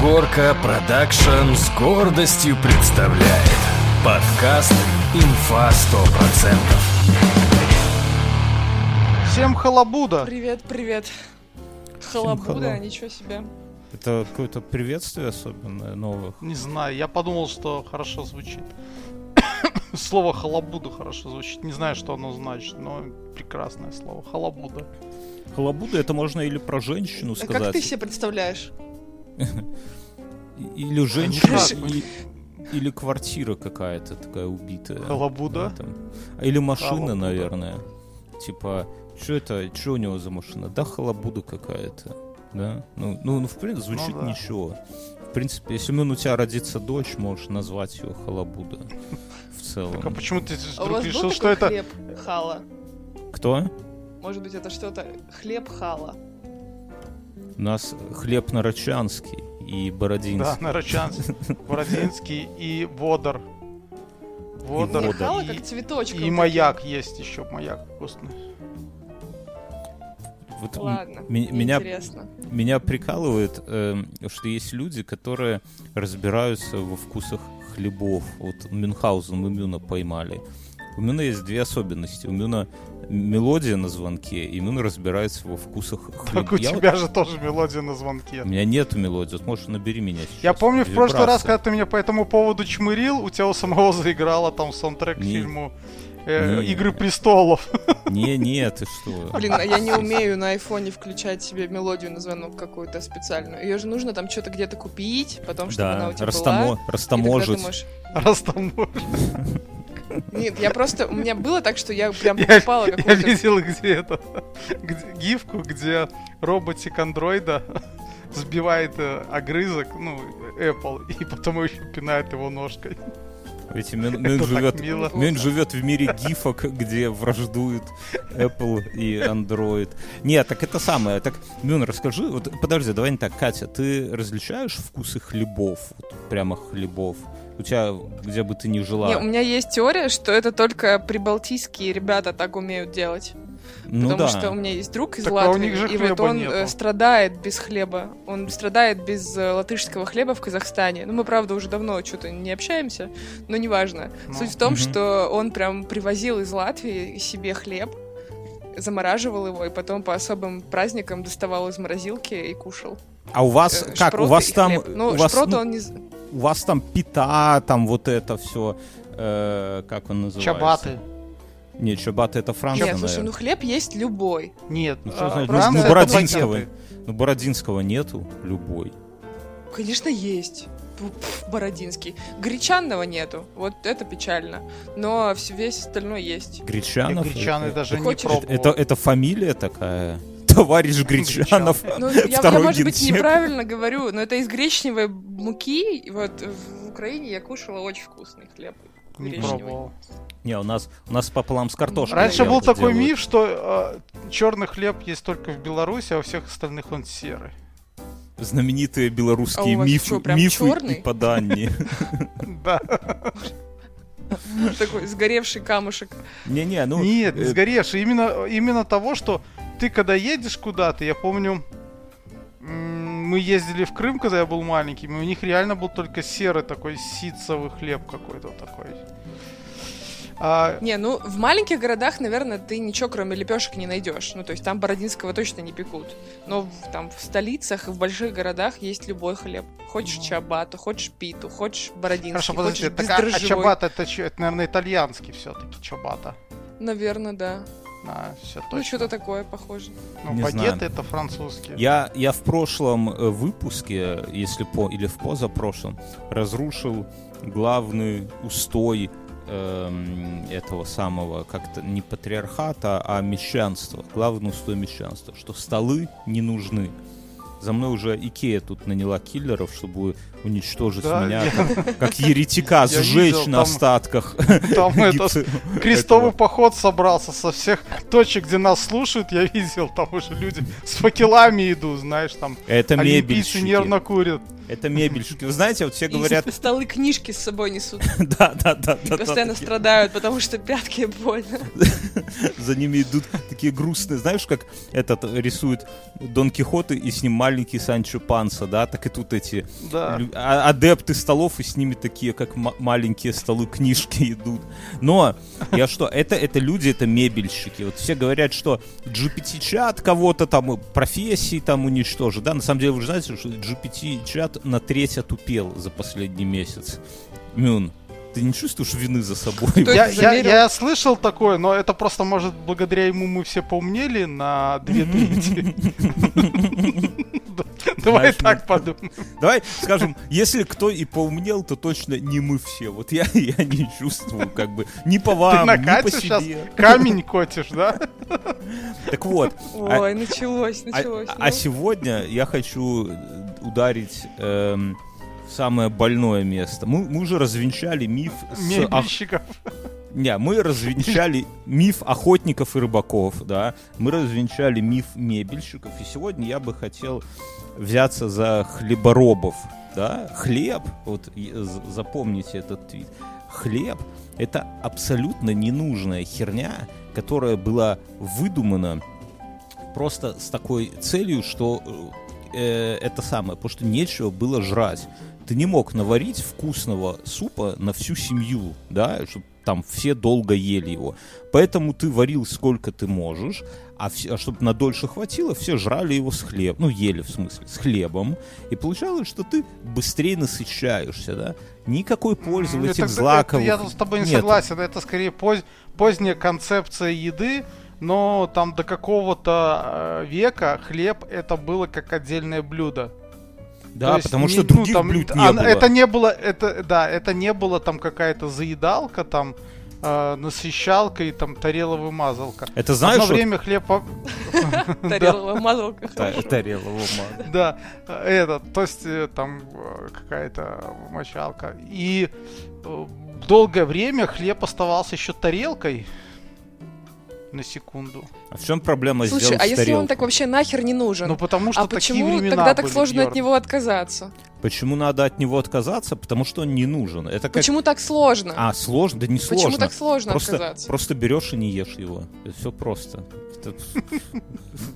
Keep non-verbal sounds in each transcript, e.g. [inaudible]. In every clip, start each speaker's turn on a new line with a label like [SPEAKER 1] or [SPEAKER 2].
[SPEAKER 1] Горка Продакшн с гордостью представляет подкаст «Инфа 100%».
[SPEAKER 2] Всем
[SPEAKER 3] Типа,
[SPEAKER 2] халабуда!
[SPEAKER 4] Привет, привет.
[SPEAKER 3] хелло.
[SPEAKER 4] Халабуда, ничего себе.
[SPEAKER 3] Это какое-то приветствие особенное новых.
[SPEAKER 2] Не знаю, я подумал, что хорошо звучит. [coughs] Слово халабуда хорошо звучит. Не знаю, что оно значит, но прекрасное слово. Халабуда.
[SPEAKER 3] Халабуда это можно или про женщину
[SPEAKER 4] А
[SPEAKER 3] Ну, сказать,
[SPEAKER 4] как ты себе представляешь?
[SPEAKER 3] и- или женщина, и- или квартира какая-то такая убитая.
[SPEAKER 2] Халабуда?
[SPEAKER 3] Да, там. А Или машина,
[SPEAKER 2] Халабуда.
[SPEAKER 3] наверное. Типа, что это, что у него за машина? Да, халабуда какая-то. Да? Ну, ну, ну, в принципе, звучит
[SPEAKER 2] да.
[SPEAKER 3] ничего. В принципе, если ну, у тебя родится дочь, можешь назвать ее Халабуда. В
[SPEAKER 2] Так а
[SPEAKER 3] целом.
[SPEAKER 2] почему ты
[SPEAKER 4] А у
[SPEAKER 2] вдруг
[SPEAKER 4] вас был
[SPEAKER 2] решил,
[SPEAKER 4] такой
[SPEAKER 2] что это...
[SPEAKER 4] хлеб хала?
[SPEAKER 3] Кто?
[SPEAKER 4] Может быть, это что-то хлеб хала?
[SPEAKER 3] У нас хлеб нарочанский и
[SPEAKER 2] Да,
[SPEAKER 3] бородинский.
[SPEAKER 2] Нарочанский, Бородинский и Водор. Водор.
[SPEAKER 3] Да,
[SPEAKER 4] Не
[SPEAKER 3] Водор. да.
[SPEAKER 4] хала,
[SPEAKER 2] и-
[SPEAKER 4] как цветочка.
[SPEAKER 2] И маяк есть еще, маяк вкусный.
[SPEAKER 3] Вот м-
[SPEAKER 4] Ладно,
[SPEAKER 3] ми- меня
[SPEAKER 4] интересно.
[SPEAKER 3] Меня прикалывает, эм, что есть люди, которые разбираются во вкусах хлебов. Вот Мюнхгаузен и Мюна поймали. У Мюна есть две особенности. У Мюна мелодия на звонке, и Мюна разбирается во вкусах хлеб.
[SPEAKER 2] Так у
[SPEAKER 3] Я вот-
[SPEAKER 2] тебя же тоже мелодия на звонке.
[SPEAKER 3] У меня нету мелодии. Вот, может, набери меня сейчас.
[SPEAKER 2] Я помню, в прошлый раз, когда
[SPEAKER 3] Вибрация.
[SPEAKER 2] ты меня по этому поводу чмырил, у тебя у самого [laughs] заиграла там саундтрек к
[SPEAKER 3] Не.
[SPEAKER 2] фильму э,
[SPEAKER 3] Не.
[SPEAKER 2] «Игры престолов». [laughs]
[SPEAKER 3] Не, не, ты что?
[SPEAKER 4] Блин, а я не умею на айфоне включать себе мелодию на звонок какую-то специальную. Ее же нужно там что-то где-то купить, потом, чтобы она
[SPEAKER 3] Да,
[SPEAKER 4] у тебя
[SPEAKER 3] растомо-
[SPEAKER 4] была. И тогда ты
[SPEAKER 3] растаможить.
[SPEAKER 4] можешь-
[SPEAKER 2] Раз там
[SPEAKER 4] Нет, я просто... У меня было так,
[SPEAKER 3] [laughs]
[SPEAKER 4] что я прям
[SPEAKER 2] Я- [laughs]
[SPEAKER 4] покупала
[SPEAKER 2] Я
[SPEAKER 4] какую-то...
[SPEAKER 2] видел, где это, [laughs] где- гифку, где роботик андроида [laughs] сбивает э, огрызок, ну, Apple, и потом еще пинает его ножкой.
[SPEAKER 3] Ведь Мюн, Мюн
[SPEAKER 2] Это
[SPEAKER 3] живет
[SPEAKER 2] так мило.
[SPEAKER 3] Мюн живет в мире гифок, где враждуют Apple и Android. Нет, так это самое. Так, Мюн, расскажи, вот подожди, давай не так, Катя, ты различаешь вкусы хлебов, Вот прямо хлебов? У тебя, где бы ты ни жила,
[SPEAKER 4] Не, у меня есть теория, что это только прибалтийские ребята так умеют делать.
[SPEAKER 3] ну
[SPEAKER 4] потому
[SPEAKER 3] да,
[SPEAKER 4] что у меня есть друг из
[SPEAKER 2] Так, а у
[SPEAKER 4] Латвии,
[SPEAKER 2] них же
[SPEAKER 4] и вот
[SPEAKER 2] хлеба
[SPEAKER 4] он
[SPEAKER 2] нету.
[SPEAKER 4] э, страдает без хлеба. Он страдает без э, латышского хлеба в Казахстане. Ну, мы, правда, уже давно что-то не общаемся, но неважно.
[SPEAKER 2] Ну.
[SPEAKER 4] Суть в том,
[SPEAKER 3] Мгм.
[SPEAKER 4] что он прям привозил из Латвии себе хлеб, замораживал его и потом по особым праздникам доставал из морозилки и кушал.
[SPEAKER 3] а у вас
[SPEAKER 4] Э,
[SPEAKER 3] как, у
[SPEAKER 4] шпроты
[SPEAKER 3] вас
[SPEAKER 4] и
[SPEAKER 3] там,
[SPEAKER 4] хлеб. Ну,
[SPEAKER 3] у вас,
[SPEAKER 4] шпроты
[SPEAKER 3] ну,
[SPEAKER 4] он не... з-
[SPEAKER 3] у вас там пита, там вот это все, как он называется?
[SPEAKER 2] Чабаты.
[SPEAKER 3] Не, чабаты это Франция,
[SPEAKER 4] Нет, слушай, ну
[SPEAKER 3] наверное.
[SPEAKER 4] хлеб есть любой.
[SPEAKER 2] Нет,
[SPEAKER 3] Ну, что
[SPEAKER 2] а,
[SPEAKER 3] значит, ну,
[SPEAKER 2] Франция
[SPEAKER 3] ну,
[SPEAKER 2] это
[SPEAKER 3] Бородинского,
[SPEAKER 2] багеты.
[SPEAKER 3] ну, Бородинского нету, любой.
[SPEAKER 4] Конечно, есть. Пф, пф, Бородинский. Гречанного нету. Вот это печально. Но всё- весь остальной есть.
[SPEAKER 2] Я
[SPEAKER 3] Гречанов.
[SPEAKER 2] Э, Гречаны
[SPEAKER 3] это-
[SPEAKER 2] даже не
[SPEAKER 4] Хочешь-
[SPEAKER 2] пробовал.
[SPEAKER 3] Это, э, это фамилия такая? [laughs] Товарищ Гречанов.
[SPEAKER 4] Ну, я, я,
[SPEAKER 3] Второй
[SPEAKER 4] может быть,
[SPEAKER 3] генсек.
[SPEAKER 4] неправильно говорю, но это из гречневой муки. И Вот в Украине я кушала очень вкусный хлеб.
[SPEAKER 2] Не
[SPEAKER 4] гречневый.
[SPEAKER 2] пробовал.
[SPEAKER 3] Не, у нас, у нас пополам с картошкой.
[SPEAKER 2] Раньше
[SPEAKER 4] я
[SPEAKER 2] был
[SPEAKER 3] вот это
[SPEAKER 2] такой
[SPEAKER 3] делают.
[SPEAKER 2] миф, что черный хлеб есть только в Беларуси, а у всех остальных он серый.
[SPEAKER 3] Знаменитые белорусские
[SPEAKER 4] А у вас
[SPEAKER 3] мифы,
[SPEAKER 4] чё, прям
[SPEAKER 3] мифы
[SPEAKER 4] чёрный?
[SPEAKER 3] и подания.
[SPEAKER 4] [laughs]
[SPEAKER 2] Да.
[SPEAKER 4] Такой сгоревший камушек.
[SPEAKER 3] Не-не, ну...
[SPEAKER 2] Нет, не
[SPEAKER 3] э,
[SPEAKER 2] сгоревший. Именно, именно того, что ты когда едешь куда-то, я помню, м, мы ездили в Крым, когда я был маленьким, и у них реально был только серый такой ситцевый хлеб какой-то такой. А,
[SPEAKER 4] Не, ну в маленьких городах, наверное, ты ничего кроме лепешек не найдешь. Ну, то есть там бородинского точно не пекут. Но в- там в столицах и в больших городах есть любой хлеб. Хочешь чабату, хочешь питу, хочешь бородинский,
[SPEAKER 2] Ну. хорошо,
[SPEAKER 4] хочешь
[SPEAKER 2] подожди, так, а, а
[SPEAKER 4] бездрожжевой.
[SPEAKER 2] чабата это, чё- это, наверное, итальянский все-таки чабата.
[SPEAKER 4] Наверное, да.
[SPEAKER 2] А, все
[SPEAKER 4] Ну,
[SPEAKER 2] точно.
[SPEAKER 4] что-то такое похоже.
[SPEAKER 2] Ну,
[SPEAKER 3] Не
[SPEAKER 2] багеты
[SPEAKER 3] знаю.
[SPEAKER 2] это французские.
[SPEAKER 3] Я, я в прошлом э, выпуске, если по или в позапрошлом, разрушил главный устой эм, этого самого, как-то не патриархата, а мещанства. Главный устой мещанства, что столы не нужны. За мной уже Икея тут наняла киллеров, чтобы уничтожить
[SPEAKER 2] Да,
[SPEAKER 3] меня,
[SPEAKER 2] я-
[SPEAKER 3] как, как еретика,
[SPEAKER 2] [laughs] Я
[SPEAKER 3] сжечь
[SPEAKER 2] видел,
[SPEAKER 3] на
[SPEAKER 2] там-
[SPEAKER 3] остатках. [laughs]
[SPEAKER 2] Там [laughs] это,
[SPEAKER 3] гипса-
[SPEAKER 2] Крестовый
[SPEAKER 3] этого.
[SPEAKER 2] поход собрался со всех точек, где нас слушают. Я видел, там уже люди с факелами идут, знаешь, там
[SPEAKER 3] Это
[SPEAKER 2] олимпийцы
[SPEAKER 3] мебельщики.
[SPEAKER 2] нервно курят.
[SPEAKER 3] Это мебельщики. Вы
[SPEAKER 2] [laughs]
[SPEAKER 3] знаете, вот все
[SPEAKER 4] И
[SPEAKER 3] говорят...
[SPEAKER 4] с- [laughs] столы книжки с собой несут.
[SPEAKER 3] [laughs] Да, да, да, да. да,
[SPEAKER 4] Постоянно
[SPEAKER 3] такие.
[SPEAKER 4] страдают, потому что пятки больно.
[SPEAKER 3] За ними идут такие грустные. Знаешь, как этот рисует Дон Кихоты и с ним маленький Санчо Панса, да? Так и тут эти
[SPEAKER 2] Да.
[SPEAKER 3] лю- а- адепты столов, и с ними такие, как ма- маленькие столы, книжки идут. Но я что, это, это люди, это мебельщики. Вот все говорят, что GPT-чат кого-то там, профессии там уничтожит. Да, на самом деле вы же знаете, что GPT-чат на треть отупел за последний месяц. Мюн, ты не чувствуешь вины за собой?
[SPEAKER 4] Кто
[SPEAKER 2] Я,
[SPEAKER 4] это
[SPEAKER 2] я,
[SPEAKER 4] замерил?
[SPEAKER 2] я слышал такое, но это просто, может, благодаря ему мы все поумнели на две
[SPEAKER 3] [laughs]
[SPEAKER 2] трети. Да, Давай
[SPEAKER 3] Знаешь,
[SPEAKER 2] так
[SPEAKER 3] ну,
[SPEAKER 2] подумаем.
[SPEAKER 3] Давай скажем, если кто и поумнел, то точно не мы все. Вот я, [laughs] я не чувствую, как бы, ни по
[SPEAKER 2] Ты
[SPEAKER 3] вам, ни по
[SPEAKER 2] накатишь сейчас,
[SPEAKER 3] себе.
[SPEAKER 2] камень котишь, да?
[SPEAKER 3] Так вот,
[SPEAKER 4] Ой, началось,
[SPEAKER 3] А,
[SPEAKER 4] началось.
[SPEAKER 3] а-
[SPEAKER 4] ну.
[SPEAKER 3] а сегодня я хочу э, ударить эм, в самое больное место. Мы, мы уже развенчали миф с ох-
[SPEAKER 2] Мебельщиков.
[SPEAKER 3] не, мы развенчали миф охотников и рыбаков, да. Мы развенчали миф мебельщиков. И сегодня я бы хотел взяться за хлеборобов, да. Хлеб, вот и- з- запомните этот твит. Хлеб — это абсолютно ненужная херня, которая была выдумана просто с такой целью, что э, это самое, потому что нечего было жрать. Ты не мог наварить вкусного супа на всю семью, да, чтобы там все долго ели его. Поэтому ты варил сколько ты можешь, а, чтобы надольше хватило, все жрали его с хлебом, ну, ели в смысле, с хлебом. И получалось, что ты быстрее насыщаешься, да. Никакой пользы в
[SPEAKER 2] Ну,
[SPEAKER 3] этих
[SPEAKER 2] это-
[SPEAKER 3] злаковых
[SPEAKER 2] это Я с тобой не
[SPEAKER 3] нету.
[SPEAKER 2] согласен. Это скорее поз- поздняя концепция еды, но там до какого-то э, века хлеб это было как отдельное блюдо. То
[SPEAKER 3] Да,
[SPEAKER 2] есть
[SPEAKER 3] потому
[SPEAKER 2] не-
[SPEAKER 3] что
[SPEAKER 2] ну,
[SPEAKER 3] других
[SPEAKER 2] там,
[SPEAKER 3] блюд не
[SPEAKER 2] а,
[SPEAKER 3] было.
[SPEAKER 2] Это не было, это, да, это не было там какая-то заедалка, там э, насыщалка и там тареловымазалка.
[SPEAKER 3] Это знаешь,
[SPEAKER 2] Одно
[SPEAKER 3] вот-
[SPEAKER 2] время хлеб... по-
[SPEAKER 4] Тарелка, мазалка.
[SPEAKER 3] Та- тарелка, лома.
[SPEAKER 2] [laughs] Да, э, этот, то есть э, там э, какая-то мочалка. И э, долгое время хлеб оставался еще тарелкой. На секунду.
[SPEAKER 3] А в чем проблема
[SPEAKER 4] Слушай,
[SPEAKER 3] сделать
[SPEAKER 4] а если он
[SPEAKER 3] тарелку?
[SPEAKER 4] так вообще нахер не нужен?
[SPEAKER 2] Ну потому что
[SPEAKER 4] а
[SPEAKER 2] такие
[SPEAKER 4] почему
[SPEAKER 2] времена
[SPEAKER 4] тогда так
[SPEAKER 2] были,
[SPEAKER 4] сложно
[SPEAKER 2] Бьёрн.
[SPEAKER 4] от него отказаться?
[SPEAKER 3] Почему надо от него отказаться? Потому что он не нужен. Это как...
[SPEAKER 4] Почему так сложно?
[SPEAKER 3] А, сложно? Да не сложно.
[SPEAKER 4] Почему так сложно
[SPEAKER 3] просто,
[SPEAKER 4] отказаться?
[SPEAKER 3] просто берешь и не ешь его. Это все просто.
[SPEAKER 4] [laughs]
[SPEAKER 3] Это-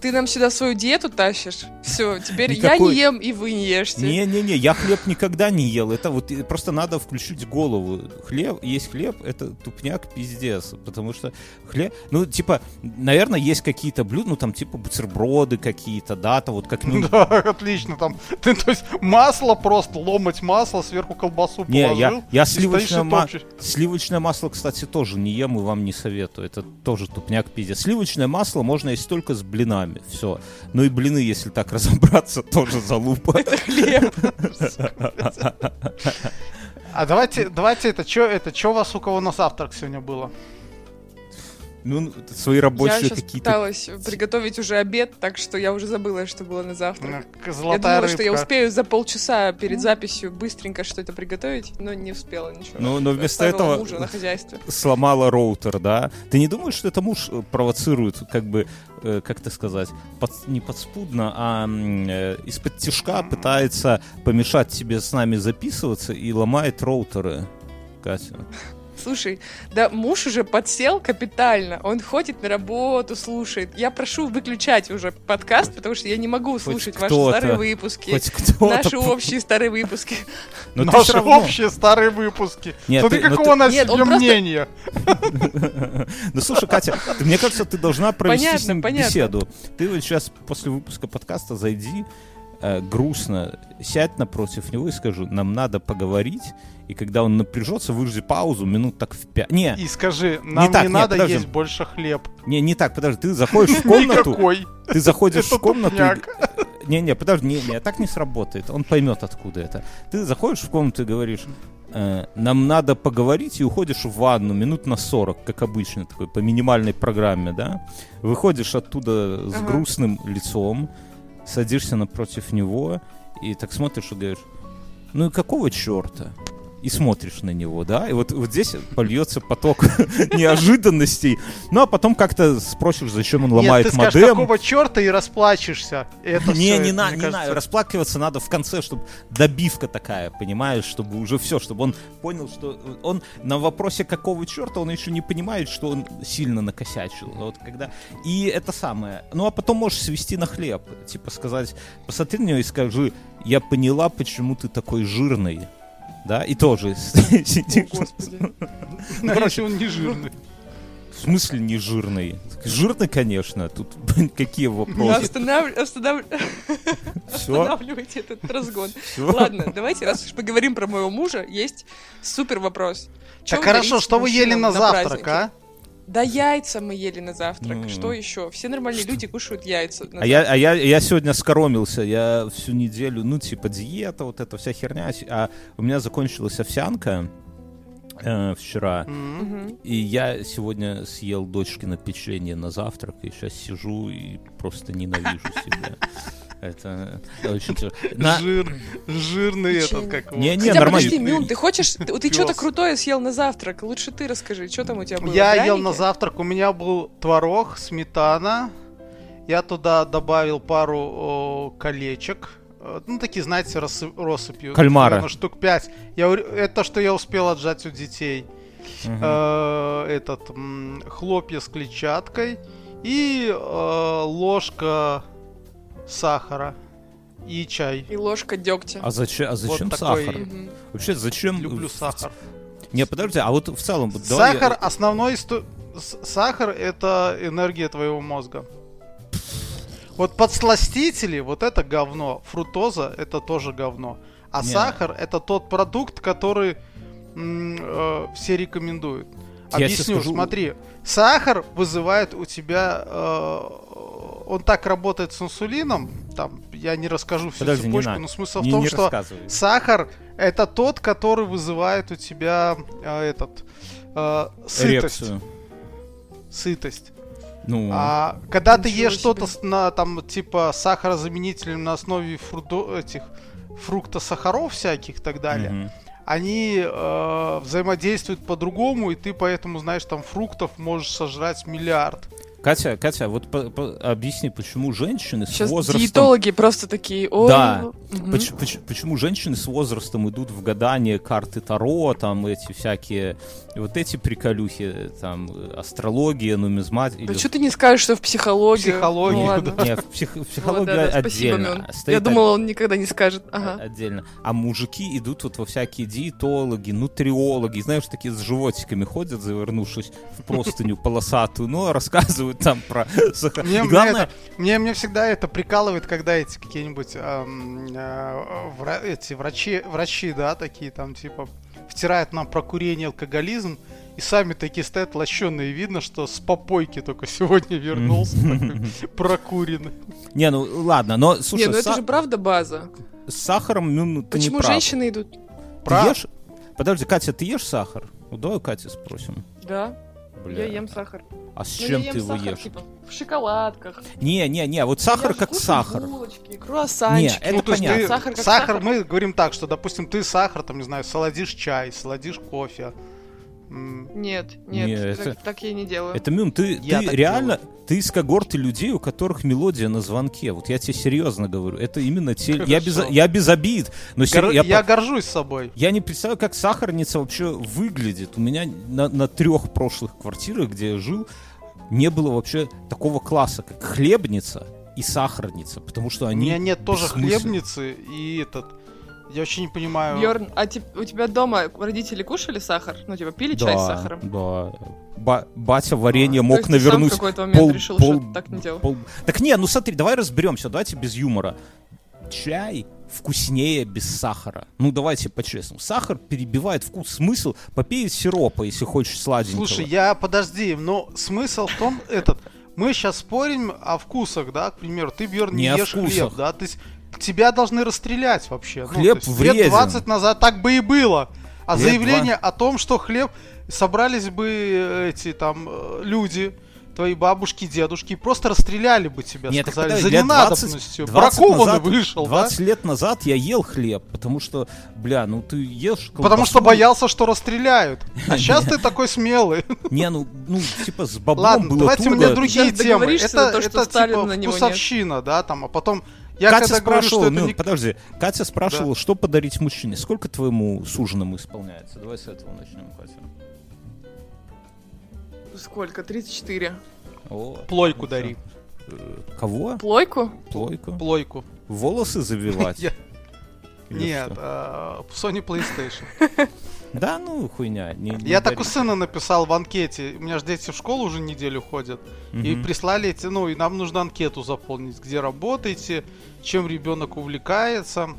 [SPEAKER 4] Ты нам сюда свою диету тащишь. Все, теперь я
[SPEAKER 3] Никакой-
[SPEAKER 4] не ем, и вы не ешьте.
[SPEAKER 3] Не-не-не, я хлеб никогда не ел. Это вот э, просто надо включить голову. Хлеб, есть хлеб, это тупняк пиздец. Потому что хлеб, ну, типа, наверное, есть какие-то блюда, ну, там, типа, бутерброды какие-то, да, то вот как, ну,
[SPEAKER 2] [laughs] Да, отлично там. [laughs] Ты, то есть масло просто ломать масло сверху колбасу
[SPEAKER 3] Не,
[SPEAKER 2] положил.
[SPEAKER 3] я, я
[SPEAKER 2] и стоишь и
[SPEAKER 3] сливочное, ма-
[SPEAKER 2] топчешь.
[SPEAKER 3] сливочное масло, кстати, тоже не ем и вам не советую. Это тоже тупняк пиздец. Сливочное масло можно есть только с блинами. Все. Ну и блины, если так [laughs] разобраться, тоже залупа.
[SPEAKER 4] Это хлеб.
[SPEAKER 2] А давайте, давайте это что это что у вас у кого на завтрак сегодня было?
[SPEAKER 3] Ну, это свои
[SPEAKER 4] Я
[SPEAKER 3] рабочие
[SPEAKER 4] сейчас
[SPEAKER 3] какие-то...
[SPEAKER 4] пыталась приготовить уже обед, так что я уже забыла, что было на
[SPEAKER 2] Ну,
[SPEAKER 4] завтрак.
[SPEAKER 2] к-
[SPEAKER 4] Я
[SPEAKER 2] Золотая
[SPEAKER 4] думала, что я
[SPEAKER 2] рыбка.
[SPEAKER 4] успею за полчаса перед записью быстренько что-то приготовить, но не успела ничего.
[SPEAKER 3] Ну, но вместо
[SPEAKER 4] Оставила
[SPEAKER 3] этого-
[SPEAKER 4] мужа на хозяйстве.
[SPEAKER 3] Сломала роутер, да? Ты не думаешь, что это муж э, провоцирует, как бы, э, как это сказать, под- не подспудно, а м, э, из-под тяжка пытается помешать тебе с нами записываться и ломает роутеры, Катя?
[SPEAKER 4] Слушай, да муж уже подсел капитально. Он ходит на работу, слушает. Я прошу выключать уже подкаст, потому что я не могу слушать ваши
[SPEAKER 3] кто-то,
[SPEAKER 4] старые выпуски.
[SPEAKER 3] Хоть кто-то...
[SPEAKER 4] Наши общие старые
[SPEAKER 3] [laughs]
[SPEAKER 4] выпуски.
[SPEAKER 3] Но ты всё
[SPEAKER 2] Наши
[SPEAKER 3] равно-
[SPEAKER 2] общие старые выпуски.
[SPEAKER 3] Нет,
[SPEAKER 2] Смотри,
[SPEAKER 3] ты- но
[SPEAKER 2] какого у нас
[SPEAKER 4] Нет, он
[SPEAKER 2] себе
[SPEAKER 4] просто-
[SPEAKER 2] мнения.
[SPEAKER 3] [laughs] Ну слушай, Катя, ты- мне кажется, ты должна провести с
[SPEAKER 4] Понятно,
[SPEAKER 3] ним
[SPEAKER 4] понятно.
[SPEAKER 3] беседу. Ты вот сейчас после выпуска подкаста зайди э, грустно, сядь напротив него и скажу, нам надо поговорить, и когда он напряжется, выжди паузу минут так в пять. Не,
[SPEAKER 2] И скажи, нам не,
[SPEAKER 3] так, нет,
[SPEAKER 2] надо
[SPEAKER 3] подожди.
[SPEAKER 2] есть больше хлеб.
[SPEAKER 3] не, не так, подожди, ты заходишь в
[SPEAKER 2] [laughs]
[SPEAKER 3] комнату,
[SPEAKER 2] Никакой.
[SPEAKER 3] ты заходишь
[SPEAKER 2] Это
[SPEAKER 3] в комнату... и-
[SPEAKER 2] тупняк.
[SPEAKER 3] Не-не, подожди, не, не, так не сработает, он поймет, откуда это. Ты заходишь в комнату и говоришь, «Э, нам надо поговорить, и уходишь в ванну минут на 40, как обычно, такой, по минимальной программе, да? Выходишь оттуда с
[SPEAKER 4] Ага.
[SPEAKER 3] грустным лицом, садишься напротив него, и так смотришь и говоришь, ну и какого черта? и смотришь на него, да, и вот, вот здесь польется поток [laughs] неожиданностей, ну а потом как-то спросишь, зачем он ломает
[SPEAKER 2] Нет, ты скажешь,
[SPEAKER 3] модем.
[SPEAKER 2] какого черта и расплачешься. И это
[SPEAKER 3] Не,
[SPEAKER 2] всё,
[SPEAKER 3] не
[SPEAKER 2] это,
[SPEAKER 3] надо,
[SPEAKER 2] мне
[SPEAKER 3] не
[SPEAKER 2] кажется,
[SPEAKER 3] надо. Расплакиваться надо в конце, чтобы добивка такая, понимаешь, чтобы уже все, чтобы он понял, что э, он на вопросе какого черта он еще не понимает, что он сильно накосячил. А Вот когда и это самое. Ну а потом можешь свести на хлеб, типа сказать, посмотри на него и скажи, я поняла, почему ты такой жирный. Да, и тоже [laughs] сидишь.
[SPEAKER 4] О, господи.
[SPEAKER 3] [laughs]
[SPEAKER 2] ну, если
[SPEAKER 3] короче,
[SPEAKER 2] он не жирный.
[SPEAKER 3] В смысле не жирный? Жирный, конечно, тут [laughs] какие вопросы.
[SPEAKER 4] Останавли- останавли-
[SPEAKER 3] Все,
[SPEAKER 4] Останавливайте этот разгон. Ладно, давайте, раз уж поговорим про моего мужа, есть супер вопрос. Чё
[SPEAKER 2] Так
[SPEAKER 4] вы
[SPEAKER 2] хорошо,
[SPEAKER 4] дарите
[SPEAKER 2] что вы ели
[SPEAKER 4] мужчинам
[SPEAKER 2] на завтрак,
[SPEAKER 4] праздники?
[SPEAKER 2] а?
[SPEAKER 4] Да яйца мы ели на завтрак.
[SPEAKER 3] М.
[SPEAKER 4] Что еще? Все нормальные люди кушают яйца. на
[SPEAKER 2] Ну
[SPEAKER 3] А я, а я, я сегодня скоромился, я всю неделю, ну, типа, диета, вот эта вся херня, а у меня закончилась овсянка э, вчера,
[SPEAKER 2] М.
[SPEAKER 4] Мгм.
[SPEAKER 3] и я сегодня съел дочкино печенье на завтрак, и сейчас сижу и
[SPEAKER 2] [laughs]
[SPEAKER 3] просто ненавижу себя. Это очень тяжело. На-
[SPEAKER 2] Жир, жирный этот, как его.
[SPEAKER 3] Не-не, Не,
[SPEAKER 4] Хотя
[SPEAKER 3] нормально.
[SPEAKER 4] подожди, Мюн, ты хочешь? Ты,
[SPEAKER 2] Пёс.
[SPEAKER 4] что-то крутое съел на завтрак. Лучше ты расскажи, что там у тебя было?
[SPEAKER 2] Я ел на
[SPEAKER 4] Пряники?
[SPEAKER 2] завтрак, у меня был творог, сметана. Я туда добавил пару о, колечек. Э, Ну, такие, знаете, расы- россыпью.
[SPEAKER 3] Кальмары.
[SPEAKER 2] Наверное, штук пять. Я, ур- это что я успел отжать у детей.
[SPEAKER 3] Мгм.
[SPEAKER 2] Э, этот м, хлопья с клетчаткой и э, ложка сахара и чай.
[SPEAKER 4] И ложка дегтя.
[SPEAKER 3] А зачем, а зачем
[SPEAKER 2] вот такой
[SPEAKER 3] сахар?
[SPEAKER 4] Мгм.
[SPEAKER 3] Вообще, зачем...
[SPEAKER 2] Люблю
[SPEAKER 3] в-
[SPEAKER 2] сахар.
[SPEAKER 3] Не, подожди, а вот в целом... вот давай я-
[SPEAKER 2] сахар основной исто- с- сахар это энергия твоего мозга. Вот подсластители, вот это говно. Фруктоза это тоже говно. А
[SPEAKER 3] Не.
[SPEAKER 2] сахар это тот продукт, который м, э, все рекомендуют.
[SPEAKER 3] Я тебе
[SPEAKER 2] Объясню,
[SPEAKER 3] скажу-
[SPEAKER 2] смотри, сахар вызывает у тебя, э, он так работает с инсулином, там, я не расскажу всю
[SPEAKER 3] Подожди, не
[SPEAKER 2] цепочку,
[SPEAKER 3] надо.
[SPEAKER 2] но смысл а
[SPEAKER 3] Не-
[SPEAKER 2] в том,
[SPEAKER 3] не
[SPEAKER 2] что
[SPEAKER 3] рассказывай.
[SPEAKER 2] Сахар это тот, который вызывает у тебя э, этот э, сытость.
[SPEAKER 3] Эрекцию.
[SPEAKER 2] Сытость.
[SPEAKER 3] Ну,
[SPEAKER 2] А когда ты
[SPEAKER 4] Ничего
[SPEAKER 2] ешь
[SPEAKER 4] себе.
[SPEAKER 2] что-то с- на там типа сахарозаменителем на основе фрудо- этих фруктосахаров всяких и так далее,
[SPEAKER 3] мгм.
[SPEAKER 2] они э, взаимодействуют по-другому, и ты поэтому, знаешь, там фруктов можешь сожрать миллиард.
[SPEAKER 3] Катя, Катя, вот по- по- объясни, почему женщины
[SPEAKER 4] Сейчас
[SPEAKER 3] с возрастом...
[SPEAKER 4] диетологи просто такие. «Ой,
[SPEAKER 3] Да.
[SPEAKER 4] мгм».
[SPEAKER 3] Поч- поч- почему женщины с возрастом идут в гадание карты Таро, там эти всякие, вот эти приколюхи, там, э, астрология, нумизматика.
[SPEAKER 4] Да что А ты не скажешь, что в психологии?
[SPEAKER 2] Психологию,
[SPEAKER 4] Ну,
[SPEAKER 3] [laughs]
[SPEAKER 4] ладно.
[SPEAKER 3] Не, в, псих- в психологии
[SPEAKER 4] Вот, да, да, спасибо,
[SPEAKER 3] отдельно.
[SPEAKER 4] Мюн.
[SPEAKER 3] Стоит
[SPEAKER 4] Я думала, он никогда не скажет.
[SPEAKER 3] о-
[SPEAKER 4] Ага.
[SPEAKER 3] отдельно. А мужики идут вот во всякие диетологи, нутриологи, знаешь, такие с животиками ходят, завернувшись в простыню полосатую, но рассказывают там про сахар.
[SPEAKER 2] Мне,
[SPEAKER 3] И
[SPEAKER 2] мне
[SPEAKER 3] главное,
[SPEAKER 2] это- мне, мне всегда это прикалывает, когда эти какие-нибудь ам, а, вра- эти врачи, врачи, да, такие там типа втирают нам про курение, алкоголизм, и сами такие стоят лощеные, видно, что с попойки только [laughs] сегодня вернулся, такой прокуренный.
[SPEAKER 3] не, ну ладно, но слушай,
[SPEAKER 4] не, ну это
[SPEAKER 3] са-
[SPEAKER 4] же правда база.
[SPEAKER 3] с сахаром, ну, ну, ты
[SPEAKER 4] Почему
[SPEAKER 3] не прав.
[SPEAKER 4] женщины идут?
[SPEAKER 3] Ты
[SPEAKER 2] Прав.
[SPEAKER 3] ешь? Подожди, Катя, ты ешь сахар? Ну, давай у Кати спросим.
[SPEAKER 4] Да,
[SPEAKER 3] Бля.
[SPEAKER 4] я ем сахар.
[SPEAKER 3] А с
[SPEAKER 4] Ну,
[SPEAKER 3] чем
[SPEAKER 4] я
[SPEAKER 3] ты
[SPEAKER 4] ем
[SPEAKER 3] его
[SPEAKER 4] сахар,
[SPEAKER 3] ешь?
[SPEAKER 4] типа, в шоколадках.
[SPEAKER 3] Не, не, не, вот
[SPEAKER 4] Я
[SPEAKER 3] сахар
[SPEAKER 4] же
[SPEAKER 3] как
[SPEAKER 4] кушаю
[SPEAKER 3] сахар.
[SPEAKER 4] Булочки,
[SPEAKER 3] Не,
[SPEAKER 4] круассанчики.
[SPEAKER 3] это
[SPEAKER 2] Ну, то есть
[SPEAKER 3] понятно.
[SPEAKER 2] ты-
[SPEAKER 4] Сахар как
[SPEAKER 2] сахар,
[SPEAKER 4] сахар.
[SPEAKER 2] мы говорим так, что, допустим, ты сахар, там, не знаю, солодишь чай, солодишь кофе. М,
[SPEAKER 4] Нет,
[SPEAKER 3] Не,
[SPEAKER 4] нет,
[SPEAKER 3] это-
[SPEAKER 4] так, так я не делаю.
[SPEAKER 3] Это, Мюн, ты,
[SPEAKER 2] Я
[SPEAKER 3] ты
[SPEAKER 2] так
[SPEAKER 3] реально, ты из когорты людей, у которых мелодия на звонке. Вот я тебе серьезно говорю, это именно те... Я без,
[SPEAKER 2] Хорошо.
[SPEAKER 3] я без обид, но сер-
[SPEAKER 2] гор-
[SPEAKER 3] я,
[SPEAKER 2] Я,
[SPEAKER 3] по-
[SPEAKER 2] горжусь собой.
[SPEAKER 3] я не представляю, как сахарница вообще выглядит. У меня на, на трех прошлых квартирах, где я жил, не было вообще такого класса, как хлебница и сахарница, потому что
[SPEAKER 2] У
[SPEAKER 3] они...
[SPEAKER 2] меня нет тоже
[SPEAKER 3] бессмысленны.
[SPEAKER 2] хлебницы и этот... Я вообще не понимаю...
[SPEAKER 4] Бьорн, а ти- у тебя дома родители кушали сахар? Ну, типа, пили чай с сахаром?
[SPEAKER 3] Да. Ба- батя варенье
[SPEAKER 4] А, то
[SPEAKER 3] мог
[SPEAKER 4] есть ты сам
[SPEAKER 3] навернуть.
[SPEAKER 4] в какой-то момент решил, что так не делал?
[SPEAKER 3] пол- Так не, ну смотри, давай разберемся, давайте без юмора. Чай вкуснее без сахара. Ну давайте по-честному. Сахар перебивает вкус, смысл. Попей из сиропа, если хочешь сладенького.
[SPEAKER 2] Слушай, я подожди, но смысл в том этот. Мы сейчас спорим о вкусах, да, к примеру. Ты, Бьерн, не,
[SPEAKER 3] Не о
[SPEAKER 2] ешь хлеб,
[SPEAKER 3] вкусах.
[SPEAKER 2] да? Ты, с- тебя должны расстрелять вообще. Ну,
[SPEAKER 3] Хлеб
[SPEAKER 2] то есть
[SPEAKER 3] вреден.
[SPEAKER 2] Лет 20 назад так бы и было. А
[SPEAKER 3] Лет
[SPEAKER 2] заявление о том, что хлеб собрались бы э, эти там э, люди, твои бабушки, дедушки и просто расстреляли бы тебя,
[SPEAKER 3] Нет, так
[SPEAKER 2] сказали,
[SPEAKER 3] подожди,
[SPEAKER 2] за
[SPEAKER 3] лет 20
[SPEAKER 2] ненадобностью.
[SPEAKER 3] 20
[SPEAKER 2] Бракованный
[SPEAKER 3] назад-
[SPEAKER 2] вышел,
[SPEAKER 3] 20 лет назад я ел хлеб, потому что, бля, ну ты ешь
[SPEAKER 2] да?
[SPEAKER 3] [laughs]
[SPEAKER 2] Потому что
[SPEAKER 3] колбасу.
[SPEAKER 2] боялся, что расстреляют. А сейчас
[SPEAKER 3] [laughs]
[SPEAKER 2] ты такой смелый.
[SPEAKER 3] Не, ну, ну, типа с баблом
[SPEAKER 2] Ладно,
[SPEAKER 3] было
[SPEAKER 2] давайте у
[SPEAKER 3] туго.
[SPEAKER 2] меня другие
[SPEAKER 4] Сейчас
[SPEAKER 2] темы.
[SPEAKER 4] договоришься
[SPEAKER 2] Это,
[SPEAKER 4] за то, что
[SPEAKER 2] это
[SPEAKER 4] Сталина
[SPEAKER 2] типа
[SPEAKER 4] на него нет.
[SPEAKER 2] вкусовщина, да, там, а потом... Я
[SPEAKER 3] Катя
[SPEAKER 2] когда говорю, что
[SPEAKER 3] спрашивала,
[SPEAKER 2] это
[SPEAKER 3] ну,
[SPEAKER 2] не...
[SPEAKER 3] подожди, Катя спрашивала, что подарить мужчине. Сколько твоему суженому исполняется? Давай с этого начнем, Катя.
[SPEAKER 4] Сколько? 34.
[SPEAKER 3] О,
[SPEAKER 2] Плойку
[SPEAKER 3] ну,
[SPEAKER 2] дари.
[SPEAKER 3] всё. Э, Кого?
[SPEAKER 4] Плойку?
[SPEAKER 3] Плойку?
[SPEAKER 2] Плойку.
[SPEAKER 3] Волосы завивать?
[SPEAKER 2] Я-
[SPEAKER 3] Или
[SPEAKER 2] Нет,
[SPEAKER 3] что?
[SPEAKER 2] а, Sony PlayStation.
[SPEAKER 3] Да, ну, хуйня. не- [laughs] не
[SPEAKER 2] Я так
[SPEAKER 3] дари.
[SPEAKER 2] у сына написал в анкете. У меня же дети в школу уже неделю ходят. И
[SPEAKER 3] Мгм.
[SPEAKER 2] прислали эти, ну, и нам нужно анкету заполнить, где работаете, чем ребенок увлекается.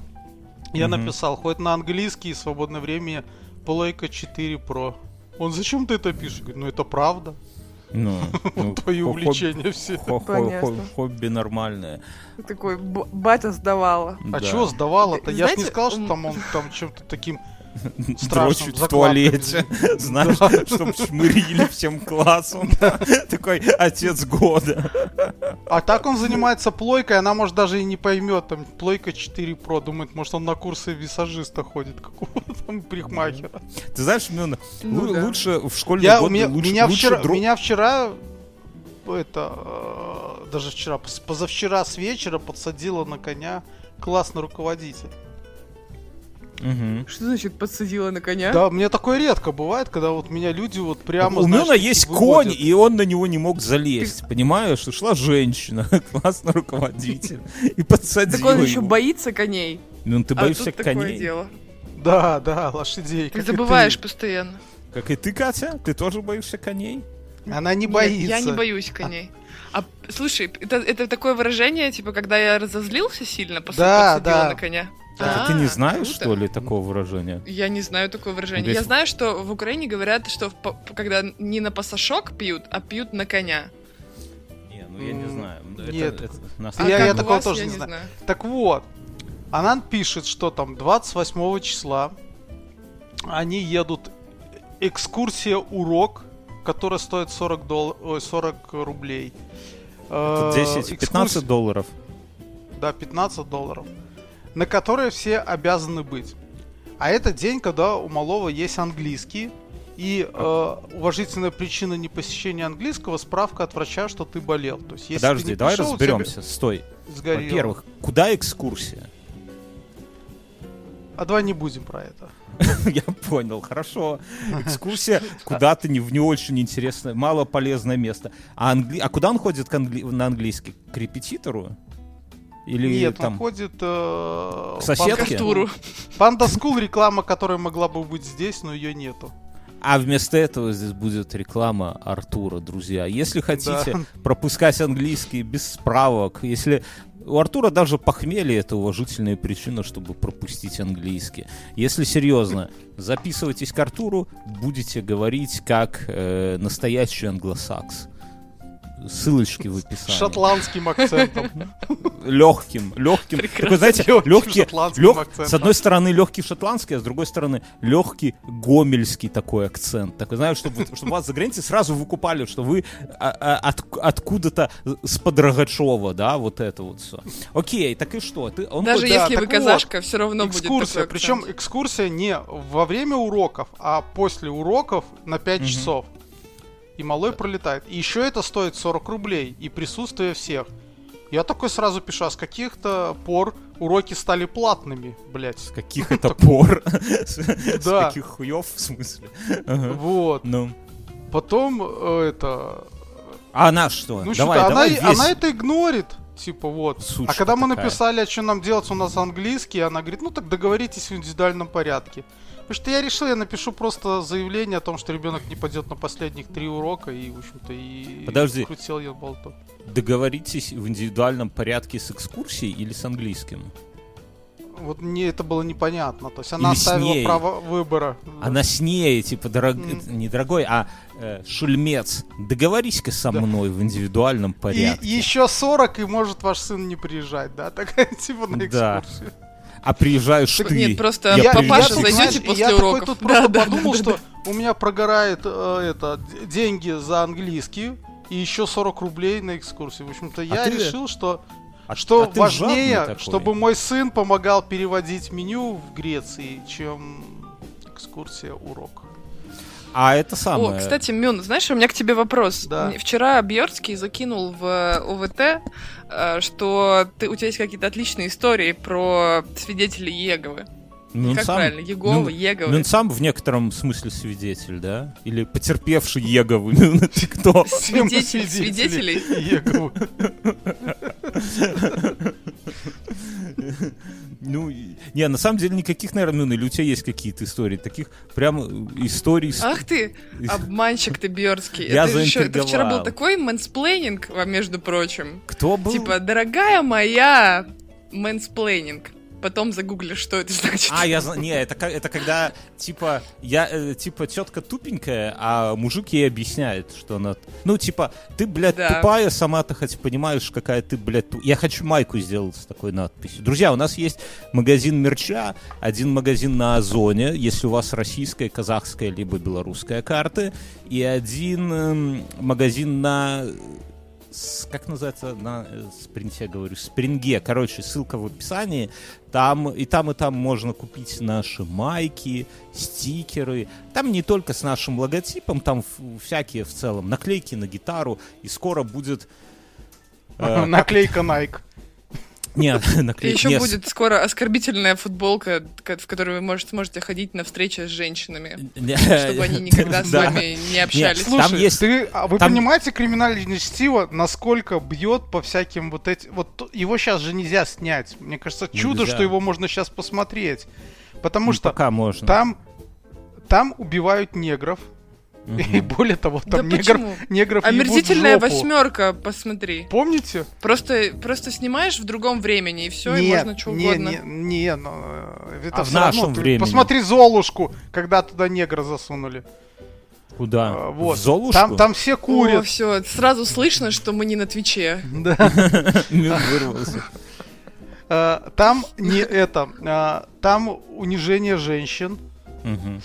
[SPEAKER 2] Я
[SPEAKER 3] Мгм.
[SPEAKER 2] написал, хоть на английский, свободное время, плойка 4 Pro. Он, зачем ты это пишешь? Я говорю, ну это правда.
[SPEAKER 3] Ну,
[SPEAKER 2] [laughs]
[SPEAKER 3] ну,
[SPEAKER 2] Твои
[SPEAKER 3] хо- хо-
[SPEAKER 2] увлечения все.
[SPEAKER 3] хо- хо-
[SPEAKER 4] Понятно.
[SPEAKER 3] хо- Хобби нормальное.
[SPEAKER 4] Такой, «Б- батя сдавала.
[SPEAKER 2] А
[SPEAKER 3] Да.
[SPEAKER 2] чего сдавала-то? Я ж не
[SPEAKER 4] Знаете,
[SPEAKER 2] сказал, что
[SPEAKER 4] м-
[SPEAKER 2] там он
[SPEAKER 4] [laughs]
[SPEAKER 2] там чем-то
[SPEAKER 3] [laughs]
[SPEAKER 2] таким страшным
[SPEAKER 3] Дрочит в туалете, знаешь, чтобы шмырили
[SPEAKER 2] [laughs]
[SPEAKER 3] всем классом. Такой отец года.
[SPEAKER 2] А так он занимается плойкой, она, может, даже и не поймет. Там плойка 4 Pro. Думает, может, он на курсы висажиста ходит, какого-то [laughs] там прихмахера.
[SPEAKER 3] Ты знаешь, Милана,
[SPEAKER 4] Ну
[SPEAKER 3] лу-
[SPEAKER 4] да.
[SPEAKER 3] лучше в школе
[SPEAKER 2] Я,
[SPEAKER 3] год,
[SPEAKER 2] у меня,
[SPEAKER 3] лучше,
[SPEAKER 2] меня
[SPEAKER 3] лучше
[SPEAKER 2] вчера,
[SPEAKER 3] друг-
[SPEAKER 2] меня вчера, это, э, даже вчера, пос- позавчера с вечера подсадила на коня классный руководитель.
[SPEAKER 3] Мгм.
[SPEAKER 4] Что значит подсадила на коня?
[SPEAKER 2] Да, мне такое редко бывает, когда вот меня люди вот прямо...
[SPEAKER 3] У
[SPEAKER 2] знаешь,
[SPEAKER 3] Милана
[SPEAKER 2] такие
[SPEAKER 3] есть
[SPEAKER 2] выводят.
[SPEAKER 3] конь, и он на него не мог залезть. Понимаешь, и шла женщина, [laughs] классный руководитель, и подсадила
[SPEAKER 4] Так он еще
[SPEAKER 3] его.
[SPEAKER 4] боится коней.
[SPEAKER 3] Ну, ты
[SPEAKER 4] а
[SPEAKER 3] боишься
[SPEAKER 4] тут такое
[SPEAKER 3] коней.
[SPEAKER 4] дело.
[SPEAKER 2] Да, да, лошадей.
[SPEAKER 4] Ты
[SPEAKER 2] как и
[SPEAKER 4] забываешь постоянно.
[SPEAKER 3] Как и ты, Катя? Ты тоже боишься коней?
[SPEAKER 2] Она не
[SPEAKER 4] Нет,
[SPEAKER 2] боится.
[SPEAKER 4] я не боюсь коней. А слушай, это, это такое выражение, типа, когда я разозлился сильно, пос-
[SPEAKER 2] Да,
[SPEAKER 4] подсадила
[SPEAKER 2] да.
[SPEAKER 4] на коня.
[SPEAKER 3] Это ты не
[SPEAKER 4] А,
[SPEAKER 3] знаешь,
[SPEAKER 4] круто.
[SPEAKER 3] что ли, такого выражения?
[SPEAKER 4] Я не знаю такое выражение.
[SPEAKER 3] Здесь-
[SPEAKER 4] Я знаю, что в Украине говорят, что в по- когда не на пасашок пьют, а пьют на коня.
[SPEAKER 3] Не, ну
[SPEAKER 2] я не знаю. Это- Нет. это
[SPEAKER 3] на
[SPEAKER 4] А
[SPEAKER 2] Я-
[SPEAKER 4] как
[SPEAKER 2] я
[SPEAKER 4] у
[SPEAKER 2] такого
[SPEAKER 4] вас,
[SPEAKER 2] тоже
[SPEAKER 4] я
[SPEAKER 2] не
[SPEAKER 4] не
[SPEAKER 2] знаю.
[SPEAKER 4] знаю.
[SPEAKER 2] Так вот, она пишет, что там 28 числа они едут экскурсия урок, которая стоит 40 дол... ой, 40 рублей. Э,
[SPEAKER 3] 10-15
[SPEAKER 2] экскурс-
[SPEAKER 3] долларов.
[SPEAKER 2] Да, 15 долларов. На которые все обязаны быть. А это день, когда у малого есть английский. И э, уважительная причина непосещения английского справка от врача, что ты болел. То есть, если ты
[SPEAKER 3] Подожди,
[SPEAKER 2] не
[SPEAKER 3] давай
[SPEAKER 2] пришел, у тебя
[SPEAKER 3] разберемся. Стой.
[SPEAKER 2] сгорело.
[SPEAKER 3] Во-первых, куда экскурсия? [laughs]
[SPEAKER 2] А давай не будем про это.
[SPEAKER 3] Я понял, хорошо.
[SPEAKER 2] [laughs]
[SPEAKER 3] Экскурсия куда-то не в не очень интересное, мало полезное место. А, англи- а куда он ходит к англи- на английский? К репетитору? Или
[SPEAKER 2] Нет, он
[SPEAKER 3] там?
[SPEAKER 2] ходит... Э,
[SPEAKER 3] К соседке?
[SPEAKER 2] Панда Скул.
[SPEAKER 4] Кастуру.
[SPEAKER 2] Панда Скул реклама, которая могла бы быть здесь, но ее нету.
[SPEAKER 3] А вместо этого здесь будет реклама Артура, друзья. Если хотите пропускать английский без справок, если у Артура даже похмелье это уважительная причина, чтобы пропустить английский. Если серьезно, записывайтесь к Артуру, будете говорить как э, настоящий англосакс. Ссылочки в
[SPEAKER 2] С
[SPEAKER 3] описании.
[SPEAKER 2] шотландским
[SPEAKER 3] [laughs]
[SPEAKER 2] акцентом.
[SPEAKER 3] Легким, легким.
[SPEAKER 4] Прекрасно.
[SPEAKER 3] Такой, знаете,
[SPEAKER 2] Лёгким
[SPEAKER 3] легкий,
[SPEAKER 2] шотландским
[SPEAKER 3] лёг-
[SPEAKER 2] акцентом.
[SPEAKER 3] с одной стороны легкий шотландский, а с другой стороны легкий гомельский такой акцент. Такой, знаешь, чтобы, чтобы вас за границей сразу выкупали, что вы а, а, от- откуда-то с-под Рогачева, да, вот это вот все. Окей, так и что? Ты, он
[SPEAKER 4] Даже
[SPEAKER 2] Ну, да,
[SPEAKER 4] если вы
[SPEAKER 2] так
[SPEAKER 4] казашка, все равно будет
[SPEAKER 2] Экскурсия.
[SPEAKER 4] такой
[SPEAKER 2] Причем
[SPEAKER 4] акцент.
[SPEAKER 2] экскурсия не во время уроков, а после уроков на 5
[SPEAKER 3] Мгм.
[SPEAKER 2] часов. И малой пролетает. И еще это стоит 40 рублей. И присутствие всех. Я такой сразу пишу, а с каких-то пор уроки стали платными, блять.
[SPEAKER 3] С каких это пор? [laughs] С [laughs] с
[SPEAKER 2] Да.
[SPEAKER 3] каких хуев, в смысле? Ага.
[SPEAKER 2] Вот.
[SPEAKER 3] Ну.
[SPEAKER 2] Потом э, это...
[SPEAKER 3] А она что?
[SPEAKER 2] Ну
[SPEAKER 3] давай,
[SPEAKER 2] что-то она,
[SPEAKER 3] давай весь-
[SPEAKER 2] она это игнорит. Типа вот.
[SPEAKER 3] Сучка
[SPEAKER 2] а когда мы
[SPEAKER 3] такая.
[SPEAKER 2] написали, а что нам делать, у нас английский, она говорит, ну так договоритесь в индивидуальном порядке. Потому что я решил, я напишу просто заявление о том, что ребенок не пойдет на последних три урока, и, в общем-то, и...
[SPEAKER 3] Подожди.
[SPEAKER 2] Крутил я болту.
[SPEAKER 3] Договоритесь в индивидуальном порядке с экскурсией или с английским?
[SPEAKER 2] Вот мне это было непонятно. То есть она
[SPEAKER 3] Или с
[SPEAKER 2] оставила
[SPEAKER 3] ней.
[SPEAKER 2] право выбора.
[SPEAKER 3] Она с ней, типа, дорог...
[SPEAKER 2] Мгм.
[SPEAKER 3] не дорогой, а э, шульмец, договорись-ка со
[SPEAKER 2] Да.
[SPEAKER 3] мной в индивидуальном
[SPEAKER 2] И,
[SPEAKER 3] порядке.
[SPEAKER 2] еще 40, и может ваш сын не приезжать, да? [laughs] Такая типа на
[SPEAKER 3] Да.
[SPEAKER 2] экскурсию.
[SPEAKER 3] А приезжаешь ты.
[SPEAKER 4] Нет, просто
[SPEAKER 3] Я
[SPEAKER 4] папаша
[SPEAKER 3] приеду.
[SPEAKER 2] тут, знаешь,
[SPEAKER 4] зайдете после
[SPEAKER 2] я
[SPEAKER 4] уроков.
[SPEAKER 2] Такой тут просто
[SPEAKER 4] Да, да,
[SPEAKER 2] подумал,
[SPEAKER 4] да, да,
[SPEAKER 2] что у меня прогорает э, это д- деньги за английский. и еще 40 рублей на экскурсию. В общем-то, я
[SPEAKER 3] А ты-
[SPEAKER 2] решил, что
[SPEAKER 3] А-
[SPEAKER 2] что
[SPEAKER 3] а ты жадный
[SPEAKER 2] важнее,
[SPEAKER 3] такой.
[SPEAKER 2] чтобы мой сын помогал переводить меню в Греции, чем экскурсия урок.
[SPEAKER 3] А это самое...
[SPEAKER 4] О, кстати, Мюн, знаешь, у меня к тебе вопрос.
[SPEAKER 2] Да.
[SPEAKER 4] Мне Вчера Бьерский закинул в э, ОВТ, э, что ты, у тебя есть какие-то отличные истории про свидетелей Еговы.
[SPEAKER 3] Мюн
[SPEAKER 4] как
[SPEAKER 3] сам-
[SPEAKER 4] правильно? Еговы,
[SPEAKER 3] Мюн-
[SPEAKER 4] Еговы.
[SPEAKER 3] Мюн сам в некотором смысле свидетель, да? Или потерпевший Еговы. Мюн, это кто?
[SPEAKER 2] Тема
[SPEAKER 4] Свидетель, свидетелей.
[SPEAKER 2] Еговы.
[SPEAKER 3] Ну, и- не, на самом деле никаких, наверное, Мюн, или у тебя есть какие-то истории, таких прям э, историй... с-
[SPEAKER 4] Ах ты,
[SPEAKER 3] из-
[SPEAKER 4] обманщик ты, Бьерский.
[SPEAKER 3] Я
[SPEAKER 4] это, ещё- это вчера
[SPEAKER 3] заинтриговал.
[SPEAKER 4] был такой мэнсплейнинг, во- между прочим.
[SPEAKER 3] Кто был?
[SPEAKER 4] Типа, дорогая моя, мэнсплейнинг. Потом загуглишь, что это значит.
[SPEAKER 3] А, я знаю, не, это, ка- это когда, типа, я, э, типа, тетка тупенькая, а мужик ей объясняет, что она... Ну, типа, ты, блядь,
[SPEAKER 4] Да.
[SPEAKER 3] тупая, сама-то хоть понимаешь, какая ты, блядь, ту- Я хочу майку сделать с такой надписью. Друзья, у нас есть магазин мерча, один магазин на Озоне, если у вас российская, казахская, либо белорусская карты, и один эм, магазин на... с- как называется на э, спринте, я говорю, спринге. Короче, ссылка в описании. Там и там, и там можно купить наши майки, стикеры. Там не только с нашим логотипом, там ф- всякие в целом наклейки на гитару. И скоро будет...
[SPEAKER 2] [laughs]
[SPEAKER 4] [laughs]
[SPEAKER 3] э,
[SPEAKER 2] Наклейка Nike.
[SPEAKER 3] [laughs] Нет,
[SPEAKER 4] И
[SPEAKER 3] наклейки.
[SPEAKER 4] еще
[SPEAKER 3] нет,
[SPEAKER 4] будет скоро оскорбительная футболка, к- в которой вы можете, сможете ходить на встречи с женщинами,
[SPEAKER 3] [laughs] не-
[SPEAKER 2] [laughs]
[SPEAKER 4] чтобы они никогда с
[SPEAKER 3] [laughs] Да.
[SPEAKER 4] вами не общались.
[SPEAKER 3] Там
[SPEAKER 2] Слушай,
[SPEAKER 3] есть-
[SPEAKER 2] ты, а вы
[SPEAKER 3] там-
[SPEAKER 2] понимаете криминальное чтиво, насколько бьет по всяким вот этим... Вот то- его сейчас же нельзя снять. Мне кажется, чудо,
[SPEAKER 3] Нельзя.
[SPEAKER 2] что его можно сейчас посмотреть. Потому
[SPEAKER 3] Ну,
[SPEAKER 2] что
[SPEAKER 3] Пока можно.
[SPEAKER 2] там, там убивают негров. И
[SPEAKER 3] Мгм.
[SPEAKER 2] более того,
[SPEAKER 4] Да
[SPEAKER 2] там негр-
[SPEAKER 4] почему?
[SPEAKER 2] негров ебут в
[SPEAKER 4] Омерзительная
[SPEAKER 2] жопу.
[SPEAKER 4] восьмерка, посмотри.
[SPEAKER 2] Помните?
[SPEAKER 4] Просто, просто снимаешь в другом времени, и все, и
[SPEAKER 2] Нет,
[SPEAKER 4] можно что
[SPEAKER 2] не,
[SPEAKER 4] угодно.
[SPEAKER 2] Не, не, ну, э, это
[SPEAKER 3] А в
[SPEAKER 2] всё равно
[SPEAKER 3] нашем
[SPEAKER 2] ты
[SPEAKER 3] времени?
[SPEAKER 2] Посмотри Золушку, когда туда негра засунули.
[SPEAKER 3] Куда?
[SPEAKER 2] А,
[SPEAKER 3] В
[SPEAKER 2] вот.
[SPEAKER 3] Золушку?
[SPEAKER 2] Там,
[SPEAKER 3] [laughs]
[SPEAKER 2] там все
[SPEAKER 4] О,
[SPEAKER 2] курят.
[SPEAKER 4] все, сразу слышно, что мы не на Твиче.
[SPEAKER 2] [laughs] Да.
[SPEAKER 3] Мюн вырвался.
[SPEAKER 2] Э, Там не это. э, Там унижение женщин.
[SPEAKER 3] Мгм.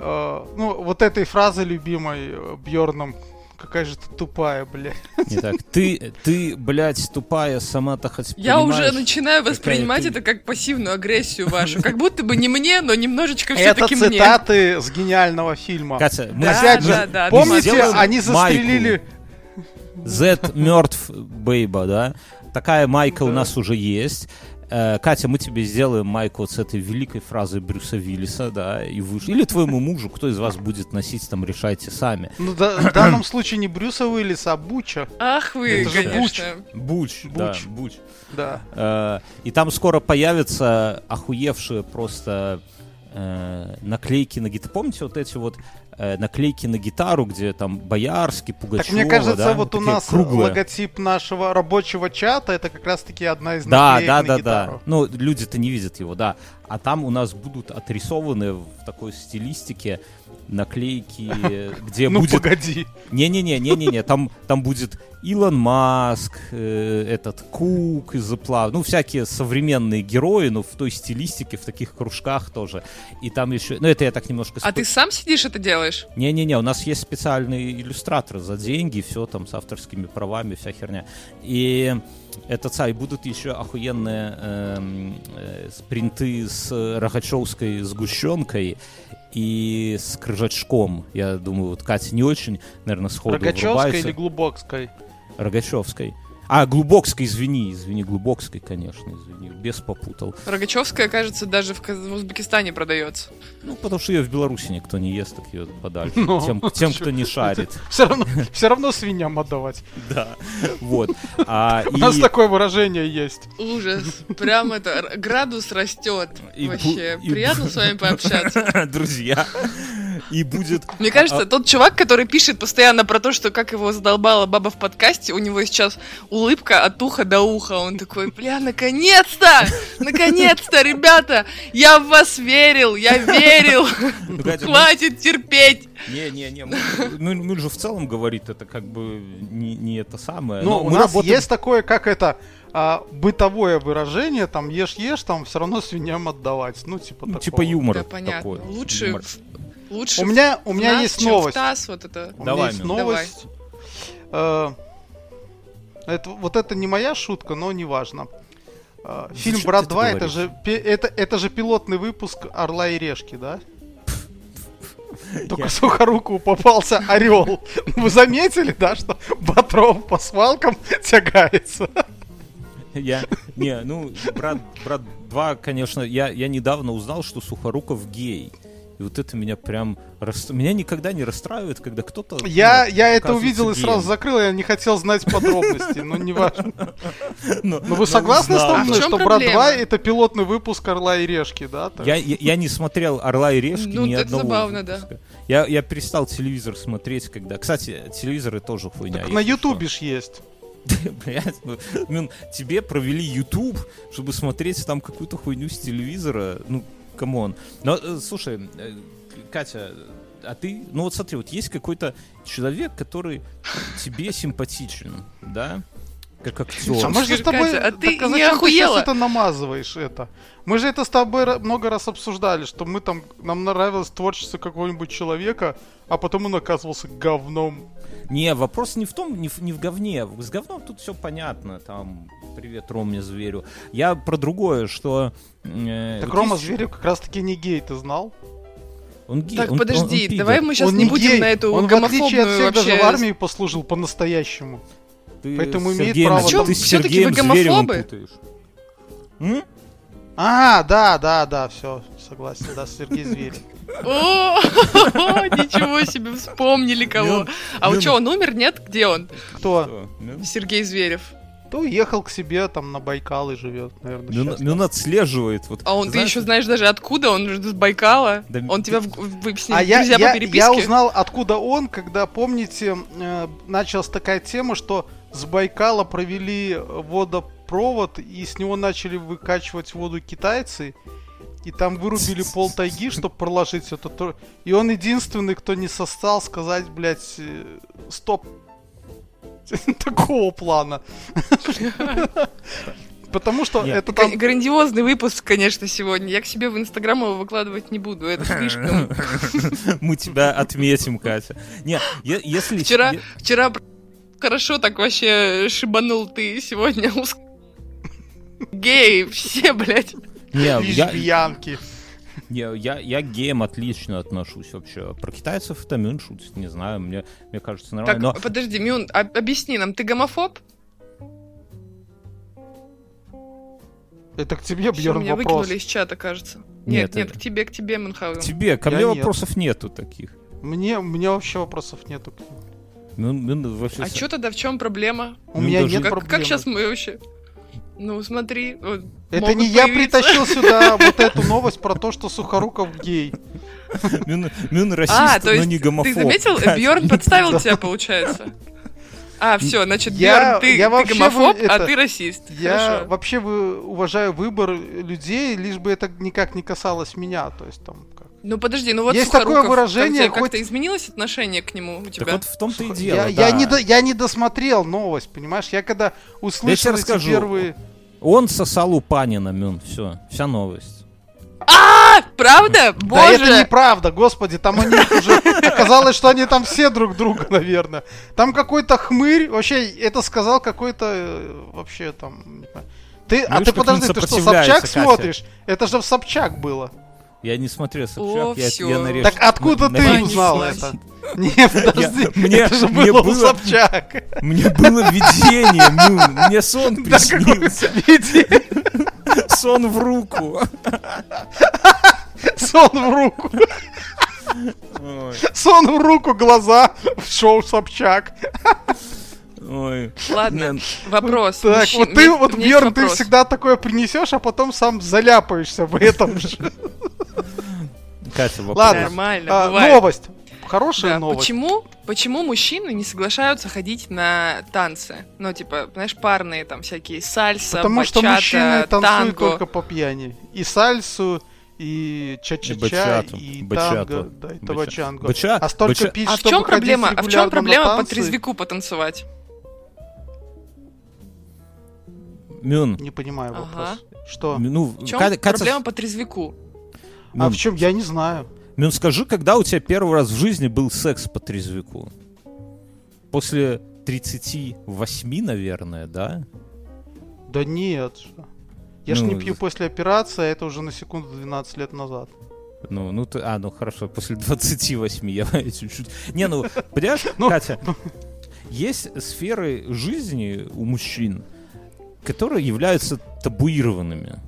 [SPEAKER 2] Э, Ну, вот этой фразы любимой Бьорном. Какая же ты тупая, блядь.
[SPEAKER 3] Не так. Ты, ты, блядь, тупая, сама-то хоть
[SPEAKER 4] Я уже
[SPEAKER 3] понимаешь?
[SPEAKER 4] начинаю
[SPEAKER 3] какая
[SPEAKER 4] воспринимать
[SPEAKER 3] ты-
[SPEAKER 4] это как пассивную агрессию вашу. Как будто бы не мне, но немножечко
[SPEAKER 2] Это
[SPEAKER 4] все-таки мне.
[SPEAKER 2] цитаты с гениального фильма.
[SPEAKER 3] Катя, мы,
[SPEAKER 4] Да,
[SPEAKER 2] Опять же,
[SPEAKER 4] да,
[SPEAKER 3] А
[SPEAKER 4] да,
[SPEAKER 2] помните,
[SPEAKER 3] сделаем
[SPEAKER 2] они
[SPEAKER 3] майку.
[SPEAKER 2] застрелили...
[SPEAKER 3] Z мертв бейба, да? Такая майка у
[SPEAKER 2] Да.
[SPEAKER 3] нас уже есть. Э, Катя, мы тебе сделаем майку вот с этой великой фразой Брюса Виллиса, да, и вы... Или твоему мужу, кто из вас будет носить, там, решайте сами.
[SPEAKER 2] Ну, да- в данном случае не Брюса Уиллиса, а Буча.
[SPEAKER 4] Ах вы,
[SPEAKER 2] Это же
[SPEAKER 4] конечно.
[SPEAKER 3] Буч, да,
[SPEAKER 2] Буч.
[SPEAKER 3] буч.
[SPEAKER 2] Да.
[SPEAKER 3] Э, И там скоро появятся охуевшие просто э, наклейки на гитару. Помните вот эти вот э, наклейки на гитару, где там Боярский, Пугачева,
[SPEAKER 2] Так мне кажется,
[SPEAKER 3] да? Ну,
[SPEAKER 2] вот у
[SPEAKER 3] Такие
[SPEAKER 2] нас
[SPEAKER 3] круглые.
[SPEAKER 2] логотип нашего рабочего чата это как раз-таки одна из
[SPEAKER 3] Да,
[SPEAKER 2] наклеек
[SPEAKER 3] да,
[SPEAKER 2] на
[SPEAKER 3] да, да.
[SPEAKER 2] гитару.
[SPEAKER 3] Ну, люди-то не видят его, да. А там у нас будут отрисованы в такой стилистике наклейки, э,
[SPEAKER 2] [laughs]
[SPEAKER 3] где
[SPEAKER 2] Ну
[SPEAKER 3] будет...
[SPEAKER 2] погоди.
[SPEAKER 3] Не-не-не, не-не-не, там, там будет Илон Маск, э, этот Кук из Apple, ну, всякие современные герои, но в той стилистике, в таких кружках тоже. И там еще... Ну, это я так немножко...
[SPEAKER 4] А ты сам сидишь это делаешь?
[SPEAKER 3] Не-не-не, у нас есть специальный иллюстратор за деньги, все там с авторскими правами, вся херня. И это ца, и будут еще охуенные эм, э, спринты с Рогачевской сгущенкой и с Крыжачком. Я думаю, вот Катя не очень, наверное, сходу
[SPEAKER 2] Рогачевской
[SPEAKER 3] врубается.
[SPEAKER 2] или Глубокской?
[SPEAKER 3] Рогачевской. А, Глубокской, извини, извини, Глубокской, конечно, извини, без попутал.
[SPEAKER 4] Рогачевская, кажется, даже в Каз- в Узбекистане продается.
[SPEAKER 3] Ну, потому что ее в Беларуси никто не ест, так ее подальше.
[SPEAKER 2] [laughs] Ну,
[SPEAKER 3] тем, тем,
[SPEAKER 2] чё
[SPEAKER 3] кто не шарит.
[SPEAKER 2] Все равно, [laughs] все равно свиньям отдавать.
[SPEAKER 3] Да, вот. А,
[SPEAKER 2] У нас
[SPEAKER 3] и-
[SPEAKER 2] такое выражение есть.
[SPEAKER 4] Ужас. Прям это р- градус растет.
[SPEAKER 3] И бу-
[SPEAKER 4] Вообще.
[SPEAKER 3] и бу-
[SPEAKER 4] Приятно с вами пообщаться.
[SPEAKER 3] [laughs] Друзья. И будет...
[SPEAKER 4] Мне
[SPEAKER 2] А.
[SPEAKER 4] кажется, тот чувак, который пишет постоянно про то, что как его задолбала баба в подкасте, у него сейчас улыбка от уха до уха. Он такой, бля, наконец-то! Наконец-то, ребята! Я в вас верил! Я верил!
[SPEAKER 3] Ну, Катя, ну,
[SPEAKER 4] Хватит терпеть!
[SPEAKER 3] Не, не, не. мы- Ну, Мюль же в целом говорит, это как бы не, не это самое.
[SPEAKER 2] Но Ну, у
[SPEAKER 3] мы
[SPEAKER 2] нас
[SPEAKER 3] работаем-
[SPEAKER 2] есть такое, как это, а, бытовое выражение, там ешь-ешь, там все равно свиньям отдавать. Ну, типа
[SPEAKER 3] ну,
[SPEAKER 2] такого.
[SPEAKER 3] типа юмор
[SPEAKER 4] Да, понятно.
[SPEAKER 3] такой.
[SPEAKER 4] Лучше...
[SPEAKER 3] Юмор.
[SPEAKER 4] в- Лучше
[SPEAKER 2] У меня, у
[SPEAKER 4] в
[SPEAKER 2] меня
[SPEAKER 4] нас,
[SPEAKER 2] есть
[SPEAKER 4] чем в
[SPEAKER 2] новость.
[SPEAKER 4] таз вот это.
[SPEAKER 2] У меня
[SPEAKER 3] Давай,
[SPEAKER 2] есть
[SPEAKER 3] Мил.
[SPEAKER 2] новость. э, это, вот это не моя шутка, но неважно. Э, Фильм
[SPEAKER 3] Зачем ты
[SPEAKER 2] «Брат
[SPEAKER 3] это
[SPEAKER 2] 2» это
[SPEAKER 3] говоришь?
[SPEAKER 2] же, пе- это, это же пилотный выпуск «Орла и решки»,
[SPEAKER 3] [laughs]
[SPEAKER 2] да? Только
[SPEAKER 3] Я-
[SPEAKER 2] сухоруку попался орел. Вы заметили, да, что Батров по свалкам тягается?
[SPEAKER 3] Я, не, ну, брат, брат 2, конечно, я, я недавно узнал, что Сухоруков гей. И вот это меня прям... рас- Меня никогда не расстраивает, когда кто-то...
[SPEAKER 2] Я,
[SPEAKER 3] ну,
[SPEAKER 2] я это
[SPEAKER 3] оказывается
[SPEAKER 2] увидел и
[SPEAKER 3] геем.
[SPEAKER 2] сразу закрыл, я не хотел
[SPEAKER 3] [laughs]
[SPEAKER 2] знать подробности, но не важно.
[SPEAKER 3] Но-
[SPEAKER 2] Но
[SPEAKER 3] но
[SPEAKER 2] вы согласны
[SPEAKER 3] узнал.
[SPEAKER 2] со
[SPEAKER 4] А в
[SPEAKER 2] мной,
[SPEAKER 4] чем
[SPEAKER 2] что «Брат 2»
[SPEAKER 4] проблема?
[SPEAKER 2] это пилотный выпуск «Орла и решки», да? так?
[SPEAKER 3] Я, я, я не смотрел «Орла и решки»
[SPEAKER 4] Ну,
[SPEAKER 3] ни
[SPEAKER 4] так
[SPEAKER 3] одного
[SPEAKER 4] забавно, да.
[SPEAKER 3] выпуска. Я, я перестал телевизор смотреть, когда... Кстати, телевизоры тоже хуйня.
[SPEAKER 2] Так
[SPEAKER 3] если
[SPEAKER 2] на
[SPEAKER 3] что.
[SPEAKER 2] Ютубе ж есть.
[SPEAKER 3] [laughs] Блядь, ну, ну, тебе провели YouTube, чтобы смотреть там какую-то хуйню с телевизора. Ну, камон. Но, э, слушай, э, Катя, а ты... Ну вот смотри, вот есть какой-то человек, который тебе симпатичен, да? Как актер.
[SPEAKER 2] А мы же с тобой...
[SPEAKER 4] Катя, а ты
[SPEAKER 2] Так, зачем
[SPEAKER 4] не
[SPEAKER 2] ты сейчас
[SPEAKER 4] охуела?
[SPEAKER 2] это намазываешь, это? Мы же это с тобой ра- много раз обсуждали, что мы там... Нам нравилось творчество какого-нибудь человека, а потом он оказывался говном.
[SPEAKER 3] Не, вопрос не в том, не в, не в говне. С говном тут все понятно. Там, привет, Роме Зверю. Я про другое, что... э,
[SPEAKER 2] Так
[SPEAKER 3] вот
[SPEAKER 2] Рома
[SPEAKER 3] есть-
[SPEAKER 2] Зверев как раз-таки не гей, ты знал?
[SPEAKER 3] Он гей,
[SPEAKER 4] Так,
[SPEAKER 3] он- он- он
[SPEAKER 4] подожди,
[SPEAKER 3] пидор.
[SPEAKER 4] давай мы сейчас
[SPEAKER 2] он
[SPEAKER 4] не будем
[SPEAKER 2] гей.
[SPEAKER 4] на эту
[SPEAKER 2] Он, в отличие от
[SPEAKER 4] гомофобную
[SPEAKER 2] всех,
[SPEAKER 4] вообще...
[SPEAKER 2] даже в армии послужил по-настоящему.
[SPEAKER 3] Ты
[SPEAKER 2] Поэтому
[SPEAKER 3] с
[SPEAKER 2] имеет
[SPEAKER 3] Сергеем-
[SPEAKER 2] право
[SPEAKER 3] ты
[SPEAKER 2] там-
[SPEAKER 3] с
[SPEAKER 4] Всё-таки
[SPEAKER 3] Сергеем
[SPEAKER 4] вы
[SPEAKER 3] Зверевым
[SPEAKER 4] гомофобы?
[SPEAKER 3] путаешь. Ну, М?
[SPEAKER 2] А, да, да, да, все, согласен, да, Сергей
[SPEAKER 3] [laughs]
[SPEAKER 2] Зверев.
[SPEAKER 4] О, [laughs] ничего себе, вспомнили кого.
[SPEAKER 3] Мён-
[SPEAKER 4] А
[SPEAKER 3] мён-
[SPEAKER 4] вот что, он умер, нет? Где он?
[SPEAKER 2] Кто?
[SPEAKER 3] Что? Мён-
[SPEAKER 4] Сергей Зверев.
[SPEAKER 2] Кто уехал к себе, там, на Байкал и живет, наверное,
[SPEAKER 3] Мён- Мён отслеживает. ну, Вот,
[SPEAKER 4] А он, ты
[SPEAKER 3] знаешь,
[SPEAKER 4] еще знаешь даже откуда, он же с Байкала.
[SPEAKER 3] Да
[SPEAKER 4] Он
[SPEAKER 3] ты-
[SPEAKER 4] тебя в- вы с ним
[SPEAKER 2] А я,
[SPEAKER 4] друзья
[SPEAKER 2] я, я
[SPEAKER 4] по переписке.
[SPEAKER 2] узнал, откуда он, когда, помните, э, началась такая тема, что с Байкала провели водопровод, и с него начали выкачивать воду китайцы, и там
[SPEAKER 4] [laughs]
[SPEAKER 2] вырубили пол тайги, чтобы проложить это. тро- И он единственный, кто не состал сказать, блядь, э, стоп. [laughs] Такого
[SPEAKER 4] [laughs]
[SPEAKER 2] плана. Потому что
[SPEAKER 3] Нет.
[SPEAKER 2] это там
[SPEAKER 4] Г- Грандиозный выпуск, конечно, сегодня. Я к себе в Инстаграм его выкладывать не буду.
[SPEAKER 2] [laughs]
[SPEAKER 4] Это слишком.
[SPEAKER 3] [laughs] Мы тебя отметим, Катя. Не, е- если...
[SPEAKER 4] Вчера,
[SPEAKER 3] е-
[SPEAKER 4] вчера бр- хорошо так вообще шибанул ты. Сегодня ус- гей, все, блядь.
[SPEAKER 3] не, я,
[SPEAKER 2] лесбиянки.
[SPEAKER 3] Не, я, я к геям отлично отношусь вообще. Про китайцев это Мюн шутит, не знаю, мне, мне кажется
[SPEAKER 4] Так,
[SPEAKER 3] нормально.
[SPEAKER 4] подожди, Мюн, а- объясни нам, ты гомофоб?
[SPEAKER 2] Это к тебе,
[SPEAKER 4] Всё,
[SPEAKER 2] Бьерн,
[SPEAKER 4] меня
[SPEAKER 2] вопрос.
[SPEAKER 4] выкинули из чата, кажется. Нет,
[SPEAKER 3] Нет,
[SPEAKER 4] нет,
[SPEAKER 3] это-
[SPEAKER 4] к тебе, к тебе,
[SPEAKER 3] Но
[SPEAKER 4] Мюнхгаузен.
[SPEAKER 3] тебе, ко
[SPEAKER 2] Я
[SPEAKER 3] мне
[SPEAKER 2] нет.
[SPEAKER 3] вопросов нету таких.
[SPEAKER 2] Мне, у меня вообще вопросов нету. к нему.
[SPEAKER 3] Мюн, Мюн вообще...
[SPEAKER 4] А
[SPEAKER 3] с-
[SPEAKER 4] что тогда, в чем проблема?
[SPEAKER 2] У
[SPEAKER 3] Ну,
[SPEAKER 2] меня
[SPEAKER 3] даже-
[SPEAKER 2] нет
[SPEAKER 4] Как,
[SPEAKER 2] проблем.
[SPEAKER 4] сейчас мы вообще... Ну, смотри, вот,
[SPEAKER 2] Это
[SPEAKER 4] могут
[SPEAKER 2] не я
[SPEAKER 4] появиться. [laughs]
[SPEAKER 2] притащил сюда вот эту новость про то, что Сухоруков гей.
[SPEAKER 3] Мюн, Мюн расист,
[SPEAKER 4] А, то
[SPEAKER 3] но
[SPEAKER 4] есть
[SPEAKER 3] не гомофоб.
[SPEAKER 4] ты
[SPEAKER 2] [laughs]
[SPEAKER 4] заметил,
[SPEAKER 3] Катя.
[SPEAKER 4] Бьорн подставил тебя, получается. А, все, значит,
[SPEAKER 2] Я-
[SPEAKER 4] Бьорн, ты,
[SPEAKER 2] я
[SPEAKER 4] ты
[SPEAKER 2] вообще
[SPEAKER 4] гомофоб,
[SPEAKER 2] вы- это-
[SPEAKER 4] а ты расист.
[SPEAKER 2] Я
[SPEAKER 4] Хорошо.
[SPEAKER 2] вообще вы- уважаю выбор людей, лишь бы это никак не касалось меня. То есть там как.
[SPEAKER 4] Ну подожди, ну вот
[SPEAKER 2] Есть такое
[SPEAKER 4] Сухоруков, там
[SPEAKER 2] выражение,
[SPEAKER 4] тебе как-то
[SPEAKER 2] хоть-
[SPEAKER 4] изменилось отношение к нему у
[SPEAKER 3] Так
[SPEAKER 4] тебя?
[SPEAKER 3] вот в том-то и дело,
[SPEAKER 2] Я,
[SPEAKER 3] да.
[SPEAKER 2] я не до- я не досмотрел новость, понимаешь? Я когда услышал эти
[SPEAKER 3] расскажу.
[SPEAKER 2] первые...
[SPEAKER 3] Он сосал у Панина, Мюн, все, вся новость.
[SPEAKER 4] Правда?
[SPEAKER 2] Да это
[SPEAKER 4] Боже!
[SPEAKER 2] неправда, господи, там они уже... Оказалось, что они там все друг друга, наверное. Там какой-то хмырь, вообще, это сказал какой-то, э, вообще, там, не знаю. Ты, а
[SPEAKER 3] Видишь,
[SPEAKER 2] ты
[SPEAKER 3] как он
[SPEAKER 2] подожди, ты что,
[SPEAKER 3] сопротивляется,
[SPEAKER 2] Собчак
[SPEAKER 3] Катя?
[SPEAKER 2] смотришь? Это же в Собчак было.
[SPEAKER 3] Я не смотрел
[SPEAKER 4] О,
[SPEAKER 3] Собчак, я,
[SPEAKER 4] всё.
[SPEAKER 3] я нарежу.
[SPEAKER 2] Так откуда
[SPEAKER 3] На-
[SPEAKER 2] ты
[SPEAKER 3] нарежу.
[SPEAKER 2] узнал это? Не, подожди,
[SPEAKER 3] мне-
[SPEAKER 2] это же
[SPEAKER 3] мне
[SPEAKER 2] было у
[SPEAKER 3] было-
[SPEAKER 2] Собчак.
[SPEAKER 3] Мне было видение, Мюн, мне
[SPEAKER 2] [laughs]
[SPEAKER 3] сон
[SPEAKER 2] Да, какое
[SPEAKER 3] приснился,
[SPEAKER 2] видение,
[SPEAKER 3] сон в руку.
[SPEAKER 2] сон в руку,
[SPEAKER 3] Ой,
[SPEAKER 2] сон в руку, глаза в шоу Собчак.
[SPEAKER 3] ой.
[SPEAKER 4] Ладно, вопрос.
[SPEAKER 2] Так,
[SPEAKER 4] мужчин-
[SPEAKER 2] вот ты,
[SPEAKER 4] мне-
[SPEAKER 2] вот,
[SPEAKER 4] у меня
[SPEAKER 2] Бьерн,
[SPEAKER 4] есть
[SPEAKER 2] ты
[SPEAKER 4] вопрос.
[SPEAKER 2] всегда такое принесешь, а потом сам заляпаешься в этом же.
[SPEAKER 3] Катя, вопрос.
[SPEAKER 2] Ладно.
[SPEAKER 4] Нормально,
[SPEAKER 2] А,
[SPEAKER 4] бывает.
[SPEAKER 2] Новость.
[SPEAKER 4] Да,
[SPEAKER 2] Хорошая новость.
[SPEAKER 4] Почему, почему мужчины не соглашаются ходить на танцы? Ну, типа, знаешь, парные там всякие, сальса,
[SPEAKER 2] Потому что
[SPEAKER 4] бачата,
[SPEAKER 2] мужчины танцуют
[SPEAKER 4] танго.
[SPEAKER 2] только по пьяни. И сальсу, и
[SPEAKER 3] И
[SPEAKER 2] ча-ча-ча,
[SPEAKER 3] бачату,
[SPEAKER 2] и
[SPEAKER 3] бачату,
[SPEAKER 2] танго, да, и
[SPEAKER 3] бача-
[SPEAKER 2] табачанго.
[SPEAKER 3] бача-
[SPEAKER 2] А столько
[SPEAKER 3] бача-
[SPEAKER 2] пить,
[SPEAKER 4] А в
[SPEAKER 2] чтобы
[SPEAKER 4] чем
[SPEAKER 2] ходить
[SPEAKER 4] проблема? А в
[SPEAKER 2] регулярно
[SPEAKER 4] чем
[SPEAKER 2] на
[SPEAKER 4] проблема по
[SPEAKER 2] танцы?
[SPEAKER 4] трезвику потанцевать?
[SPEAKER 3] Мюн,
[SPEAKER 2] Не понимаю
[SPEAKER 4] Ага.
[SPEAKER 2] вопрос. Что?
[SPEAKER 3] ну,
[SPEAKER 4] В чем
[SPEAKER 3] Катя, Катя,
[SPEAKER 4] проблема по трезвику?
[SPEAKER 2] А
[SPEAKER 3] Мюн,
[SPEAKER 2] в чем? Я не знаю.
[SPEAKER 3] Мюн, скажи, когда у тебя первый раз в жизни был секс по трезвику? После 38, наверное, да?
[SPEAKER 2] Да нет. что. Я ж
[SPEAKER 3] Ну,
[SPEAKER 2] не пью после операции, а это уже на секунду 12 лет назад.
[SPEAKER 3] Ну, ну ты, а, ну хорошо, после 28 [laughs] я чуть-чуть... Не, ну, понимаешь,
[SPEAKER 2] Ну.
[SPEAKER 3] Катя, есть сферы жизни у мужчин, которые являются табуированными.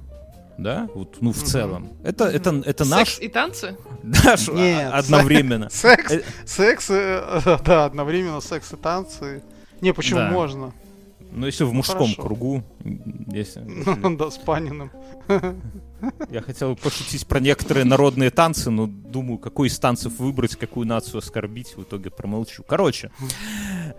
[SPEAKER 3] Да, вот, ну, в
[SPEAKER 2] Мгм.
[SPEAKER 3] целом. Это, это, это
[SPEAKER 4] Секс
[SPEAKER 3] наш,
[SPEAKER 4] и танцы?
[SPEAKER 3] наш [laughs] а-
[SPEAKER 2] Нет.
[SPEAKER 3] одновременно.
[SPEAKER 2] Секс,
[SPEAKER 3] Э.
[SPEAKER 2] секс, э, [laughs] да, одновременно секс и танцы. Не, почему
[SPEAKER 3] Да. [laughs]
[SPEAKER 2] можно?
[SPEAKER 3] Ну, если в мужском
[SPEAKER 2] хорошо.
[SPEAKER 3] кругу, м, если- если-
[SPEAKER 2] Ну, Да, с Паниным.
[SPEAKER 3] Я хотел пошутить про некоторые народные танцы, но думаю, какой из танцев выбрать, какую нацию оскорбить, в итоге промолчу. Короче,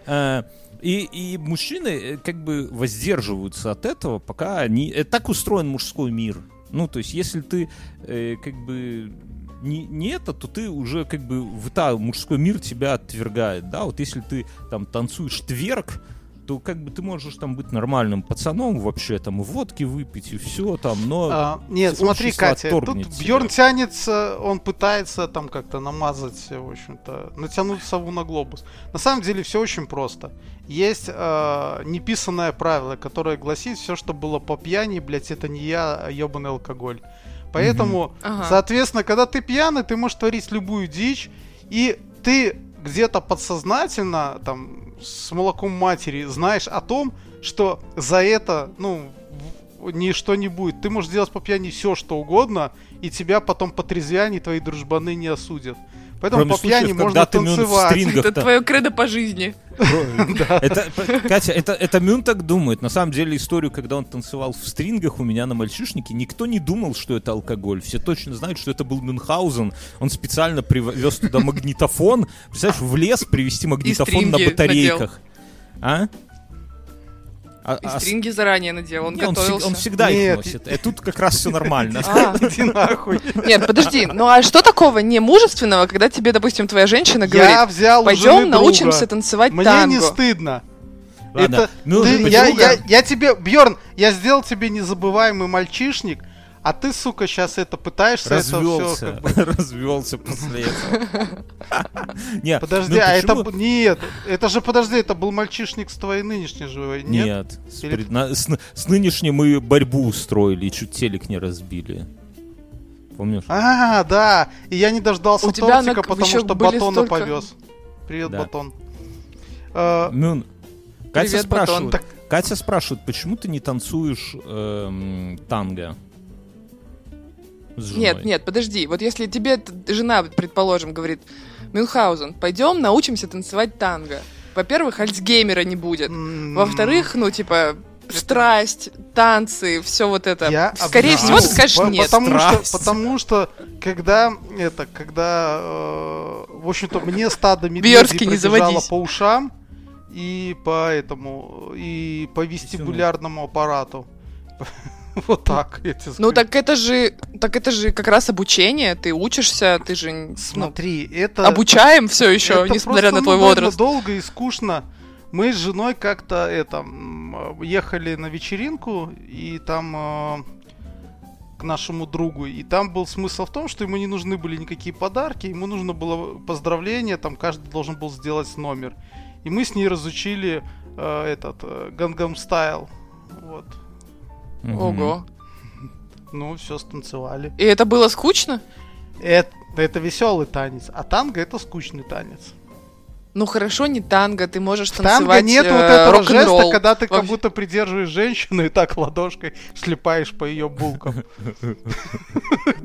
[SPEAKER 3] э, и, и мужчины э, как бы воздерживаются от этого, пока они... э, Так устроен мужской мир. Ну, то есть, если ты э, как бы не, не это, то ты уже как бы в та, мужской мир тебя отвергает, да, вот если ты там танцуешь тверк, то как бы ты можешь там быть нормальным пацаном вообще, там и водки выпить и все там, но...
[SPEAKER 2] А, Нет, смотри,
[SPEAKER 3] общество
[SPEAKER 2] Катя, тут
[SPEAKER 3] отторгнет тебя.
[SPEAKER 2] Бьорн тянется, он пытается там как-то намазать, в общем-то, натянуть сову на глобус. На самом деле все очень просто. Есть э, неписанное правило, которое гласит, все, что было по пьяни, блядь, это не я, а ебаный алкоголь. Поэтому,
[SPEAKER 4] Ага.
[SPEAKER 2] соответственно, когда ты пьяный, ты можешь творить любую дичь, и ты где-то подсознательно, там, с молоком матери знаешь о том, что за это, ну, в- ничто не будет. Ты можешь делать по пьяни все, что угодно, и тебя потом потрезвяне твои дружбаны не осудят. Поэтому
[SPEAKER 3] Кроме
[SPEAKER 2] по пьяни
[SPEAKER 3] случаев,
[SPEAKER 2] можно
[SPEAKER 3] когда ты мюн в
[SPEAKER 2] танцевать.
[SPEAKER 3] стрингах
[SPEAKER 4] Это
[SPEAKER 3] там.
[SPEAKER 4] твое кредо по жизни.
[SPEAKER 3] Это, п- Катя, это, это Мюн так думает. На самом деле историю, когда он танцевал в стрингах у меня на мальчишнике, никто не думал, что это алкоголь. Все точно знают, что это был Мюнхгаузен. Он специально привез туда магнитофон. Представляешь, в лес привезти магнитофон на
[SPEAKER 4] стринги
[SPEAKER 3] батарейках. А? А-
[SPEAKER 4] И
[SPEAKER 3] а с-
[SPEAKER 4] стринги заранее надел, он
[SPEAKER 3] не, он, всег-
[SPEAKER 4] готовился.
[SPEAKER 3] он всегда
[SPEAKER 2] Нет.
[SPEAKER 3] их носит. Э, тут как раз все нормально. [laughs]
[SPEAKER 4] А,
[SPEAKER 2] [laughs] Иди нахуй.
[SPEAKER 4] нет, подожди, ну а что такого немужественного, когда тебе, допустим, твоя женщина
[SPEAKER 2] Я
[SPEAKER 4] говорит,
[SPEAKER 2] взял у жены
[SPEAKER 4] пойдем научимся
[SPEAKER 2] друга.
[SPEAKER 4] танцевать
[SPEAKER 2] Мне не
[SPEAKER 4] танго?
[SPEAKER 2] стыдно.
[SPEAKER 3] Ладно. ну
[SPEAKER 2] Это
[SPEAKER 3] Мюн,
[SPEAKER 2] ты-
[SPEAKER 3] почему-
[SPEAKER 2] я, я- я тебе, Бьорн, я сделал тебе незабываемый мальчишник, а ты, сука, сейчас это пытаешься это все.
[SPEAKER 3] развелся, [laughs] развелся после этого. Не,
[SPEAKER 2] Подожди,
[SPEAKER 3] ну
[SPEAKER 2] а это
[SPEAKER 3] почему-
[SPEAKER 2] б- нет, это же подожди, это был мальчишник с твоей нынешней живой, нет?
[SPEAKER 3] Нет, с,
[SPEAKER 2] Или-
[SPEAKER 3] пред- на- с н- с нынешней мы борьбу устроили и чуть телек не разбили. Помнишь?
[SPEAKER 2] А, да. И я не дождался
[SPEAKER 4] У тебя
[SPEAKER 2] тортика,
[SPEAKER 4] на-
[SPEAKER 2] потому
[SPEAKER 4] еще
[SPEAKER 2] что
[SPEAKER 4] были
[SPEAKER 2] батона
[SPEAKER 4] столько-
[SPEAKER 2] повез. Привет,
[SPEAKER 3] Да.
[SPEAKER 2] батон. Э,
[SPEAKER 3] Мюн, Катя
[SPEAKER 4] Привет, батон.
[SPEAKER 3] спрашивает, Катя спрашивает, почему ты не танцуешь эм, танго? с женой?
[SPEAKER 4] Нет, нет, подожди, вот если тебе т- жена, предположим, говорит, Мюнхгаузен, пойдем научимся танцевать танго. Во-первых, альцгеймера не будет.
[SPEAKER 2] м,
[SPEAKER 4] Во-вторых, ну, типа, страсть, танцы, все вот это.
[SPEAKER 2] Я
[SPEAKER 4] Скорее
[SPEAKER 2] объясню.
[SPEAKER 4] всего, ты скажешь
[SPEAKER 2] По-
[SPEAKER 4] нет.
[SPEAKER 2] Потому что,
[SPEAKER 3] Страсть.
[SPEAKER 2] потому что, когда это, когда, э, в общем-то, мне стадо медведей
[SPEAKER 4] Бьерский, не
[SPEAKER 2] пробежало
[SPEAKER 4] заводись.
[SPEAKER 2] по ушам и по этому и по вестибулярному аппарату. [laughs] Вот так, я тебе скажу.
[SPEAKER 4] Ну так это же, так это же как раз обучение, ты учишься, ты же ну,
[SPEAKER 2] Смотри, это...
[SPEAKER 4] обучаем все еще,
[SPEAKER 2] Это
[SPEAKER 4] несмотря
[SPEAKER 2] просто,
[SPEAKER 4] на
[SPEAKER 2] ну,
[SPEAKER 4] твой
[SPEAKER 2] довольно
[SPEAKER 4] возраст.
[SPEAKER 2] долго и скучно. Мы с женой как-то это м, ехали на вечеринку и там э, к нашему другу. И там был смысл в том, что ему не нужны были никакие подарки, ему нужно было поздравление, там каждый должен был сделать номер. И мы с ней разучили э, этот Гангам Стайл. Вот.
[SPEAKER 3] Мгм.
[SPEAKER 4] Ого.
[SPEAKER 2] Ну, все, станцевали.
[SPEAKER 4] И это было скучно?
[SPEAKER 2] Это, это веселый танец, а танго это скучный танец.
[SPEAKER 4] Ну хорошо, не танго, ты можешь
[SPEAKER 2] В танго
[SPEAKER 4] танцевать
[SPEAKER 2] нет
[SPEAKER 4] э,
[SPEAKER 2] вот этого
[SPEAKER 4] рок-н-ролл.
[SPEAKER 2] жеста, когда ты как
[SPEAKER 4] Вообще-
[SPEAKER 2] будто придерживаешь женщину и так ладошкой шлепаешь по ее
[SPEAKER 4] [laughs]
[SPEAKER 2] булкам.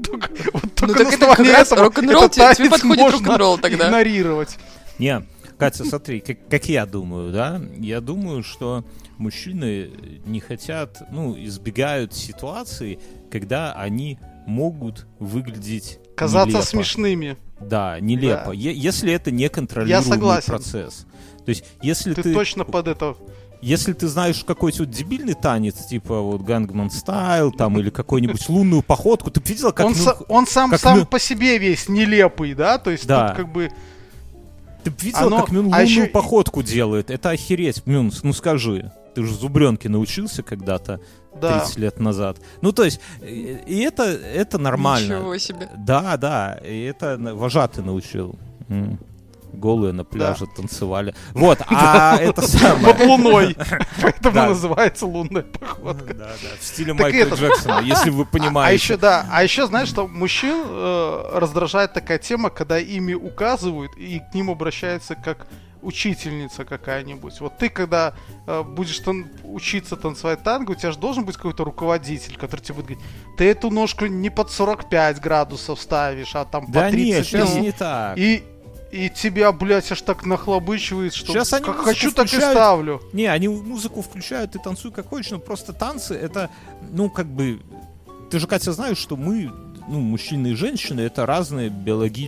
[SPEAKER 2] Только- вот
[SPEAKER 4] Ну
[SPEAKER 2] только
[SPEAKER 4] так
[SPEAKER 2] на
[SPEAKER 4] это как
[SPEAKER 2] основании
[SPEAKER 4] раз
[SPEAKER 2] этого
[SPEAKER 4] рок-н-ролл,
[SPEAKER 2] этот
[SPEAKER 4] тебе- тебе
[SPEAKER 2] танец
[SPEAKER 4] подходит
[SPEAKER 2] можно
[SPEAKER 4] рок-н-ролл тогда.
[SPEAKER 2] игнорировать.
[SPEAKER 3] Не, Катя, смотри, как, как я думаю, да? Я думаю, что мужчины не хотят, ну, избегают ситуации, когда они могут выглядеть
[SPEAKER 2] Казаться
[SPEAKER 3] нелепо.
[SPEAKER 2] смешными.
[SPEAKER 3] Да, нелепо.
[SPEAKER 2] Да.
[SPEAKER 3] Е- если это не контролируемый
[SPEAKER 2] согласен.
[SPEAKER 3] процесс. То есть, если ты,
[SPEAKER 2] Ты точно под это...
[SPEAKER 3] если ты знаешь какой-то вот дебильный танец, типа вот Гангман Стайл, там, или какую-нибудь лунную походку, ты б видела, как...
[SPEAKER 2] Он
[SPEAKER 3] ну,
[SPEAKER 2] са- Он сам
[SPEAKER 3] как
[SPEAKER 2] сам
[SPEAKER 3] ну-
[SPEAKER 2] по себе весь нелепый, да? То есть
[SPEAKER 3] Да.
[SPEAKER 2] тут как бы...
[SPEAKER 3] Ты б видел,
[SPEAKER 2] Оно-
[SPEAKER 3] как
[SPEAKER 2] а
[SPEAKER 3] Мюн лунную
[SPEAKER 2] ещё и-
[SPEAKER 3] походку делает? Это охереть. Мюн, ну скажи, ты же зубренки научился когда-то,
[SPEAKER 2] Да.
[SPEAKER 3] 30 лет назад. Ну, то есть, э, и это, это нормально.
[SPEAKER 4] Ничего себе.
[SPEAKER 3] Да, да, и это на- вожатый научил. М. голые на пляже танцевали. Вот,
[SPEAKER 2] [laughs]
[SPEAKER 3] а это самое...
[SPEAKER 2] Под луной. Поэтому
[SPEAKER 3] Да.
[SPEAKER 2] называется лунная походка.
[SPEAKER 3] Да, [laughs] да, в стиле
[SPEAKER 2] Так
[SPEAKER 3] Майкла
[SPEAKER 2] это- [laughs]
[SPEAKER 3] Джексона, если вы
[SPEAKER 2] А еще,
[SPEAKER 3] понимаете.
[SPEAKER 2] да, а еще, знаешь, что мужчин э, раздражает такая тема, когда ими указывают и к ним обращаются как учительница какая-нибудь. Вот ты, когда э, будешь тан- учиться танцевать танго, у тебя же должен быть какой-то руководитель, который тебе будет говорить, ты эту ножку не под 45 градусов ставишь, а там
[SPEAKER 3] Да
[SPEAKER 2] по
[SPEAKER 3] нет,
[SPEAKER 2] 30.
[SPEAKER 3] сейчас
[SPEAKER 2] и-
[SPEAKER 3] не так.
[SPEAKER 2] И, и тебя, блядь, аж так нахлобычивает, что
[SPEAKER 3] Щас они
[SPEAKER 2] как
[SPEAKER 3] музыку
[SPEAKER 2] хочу, так и
[SPEAKER 3] включают.
[SPEAKER 2] ставлю.
[SPEAKER 3] Не, они музыку включают, ты танцуй как хочешь, но просто танцы это, ну, как бы... Ты же, Катя, знаешь, что мы, ну, мужчины и женщины, это разные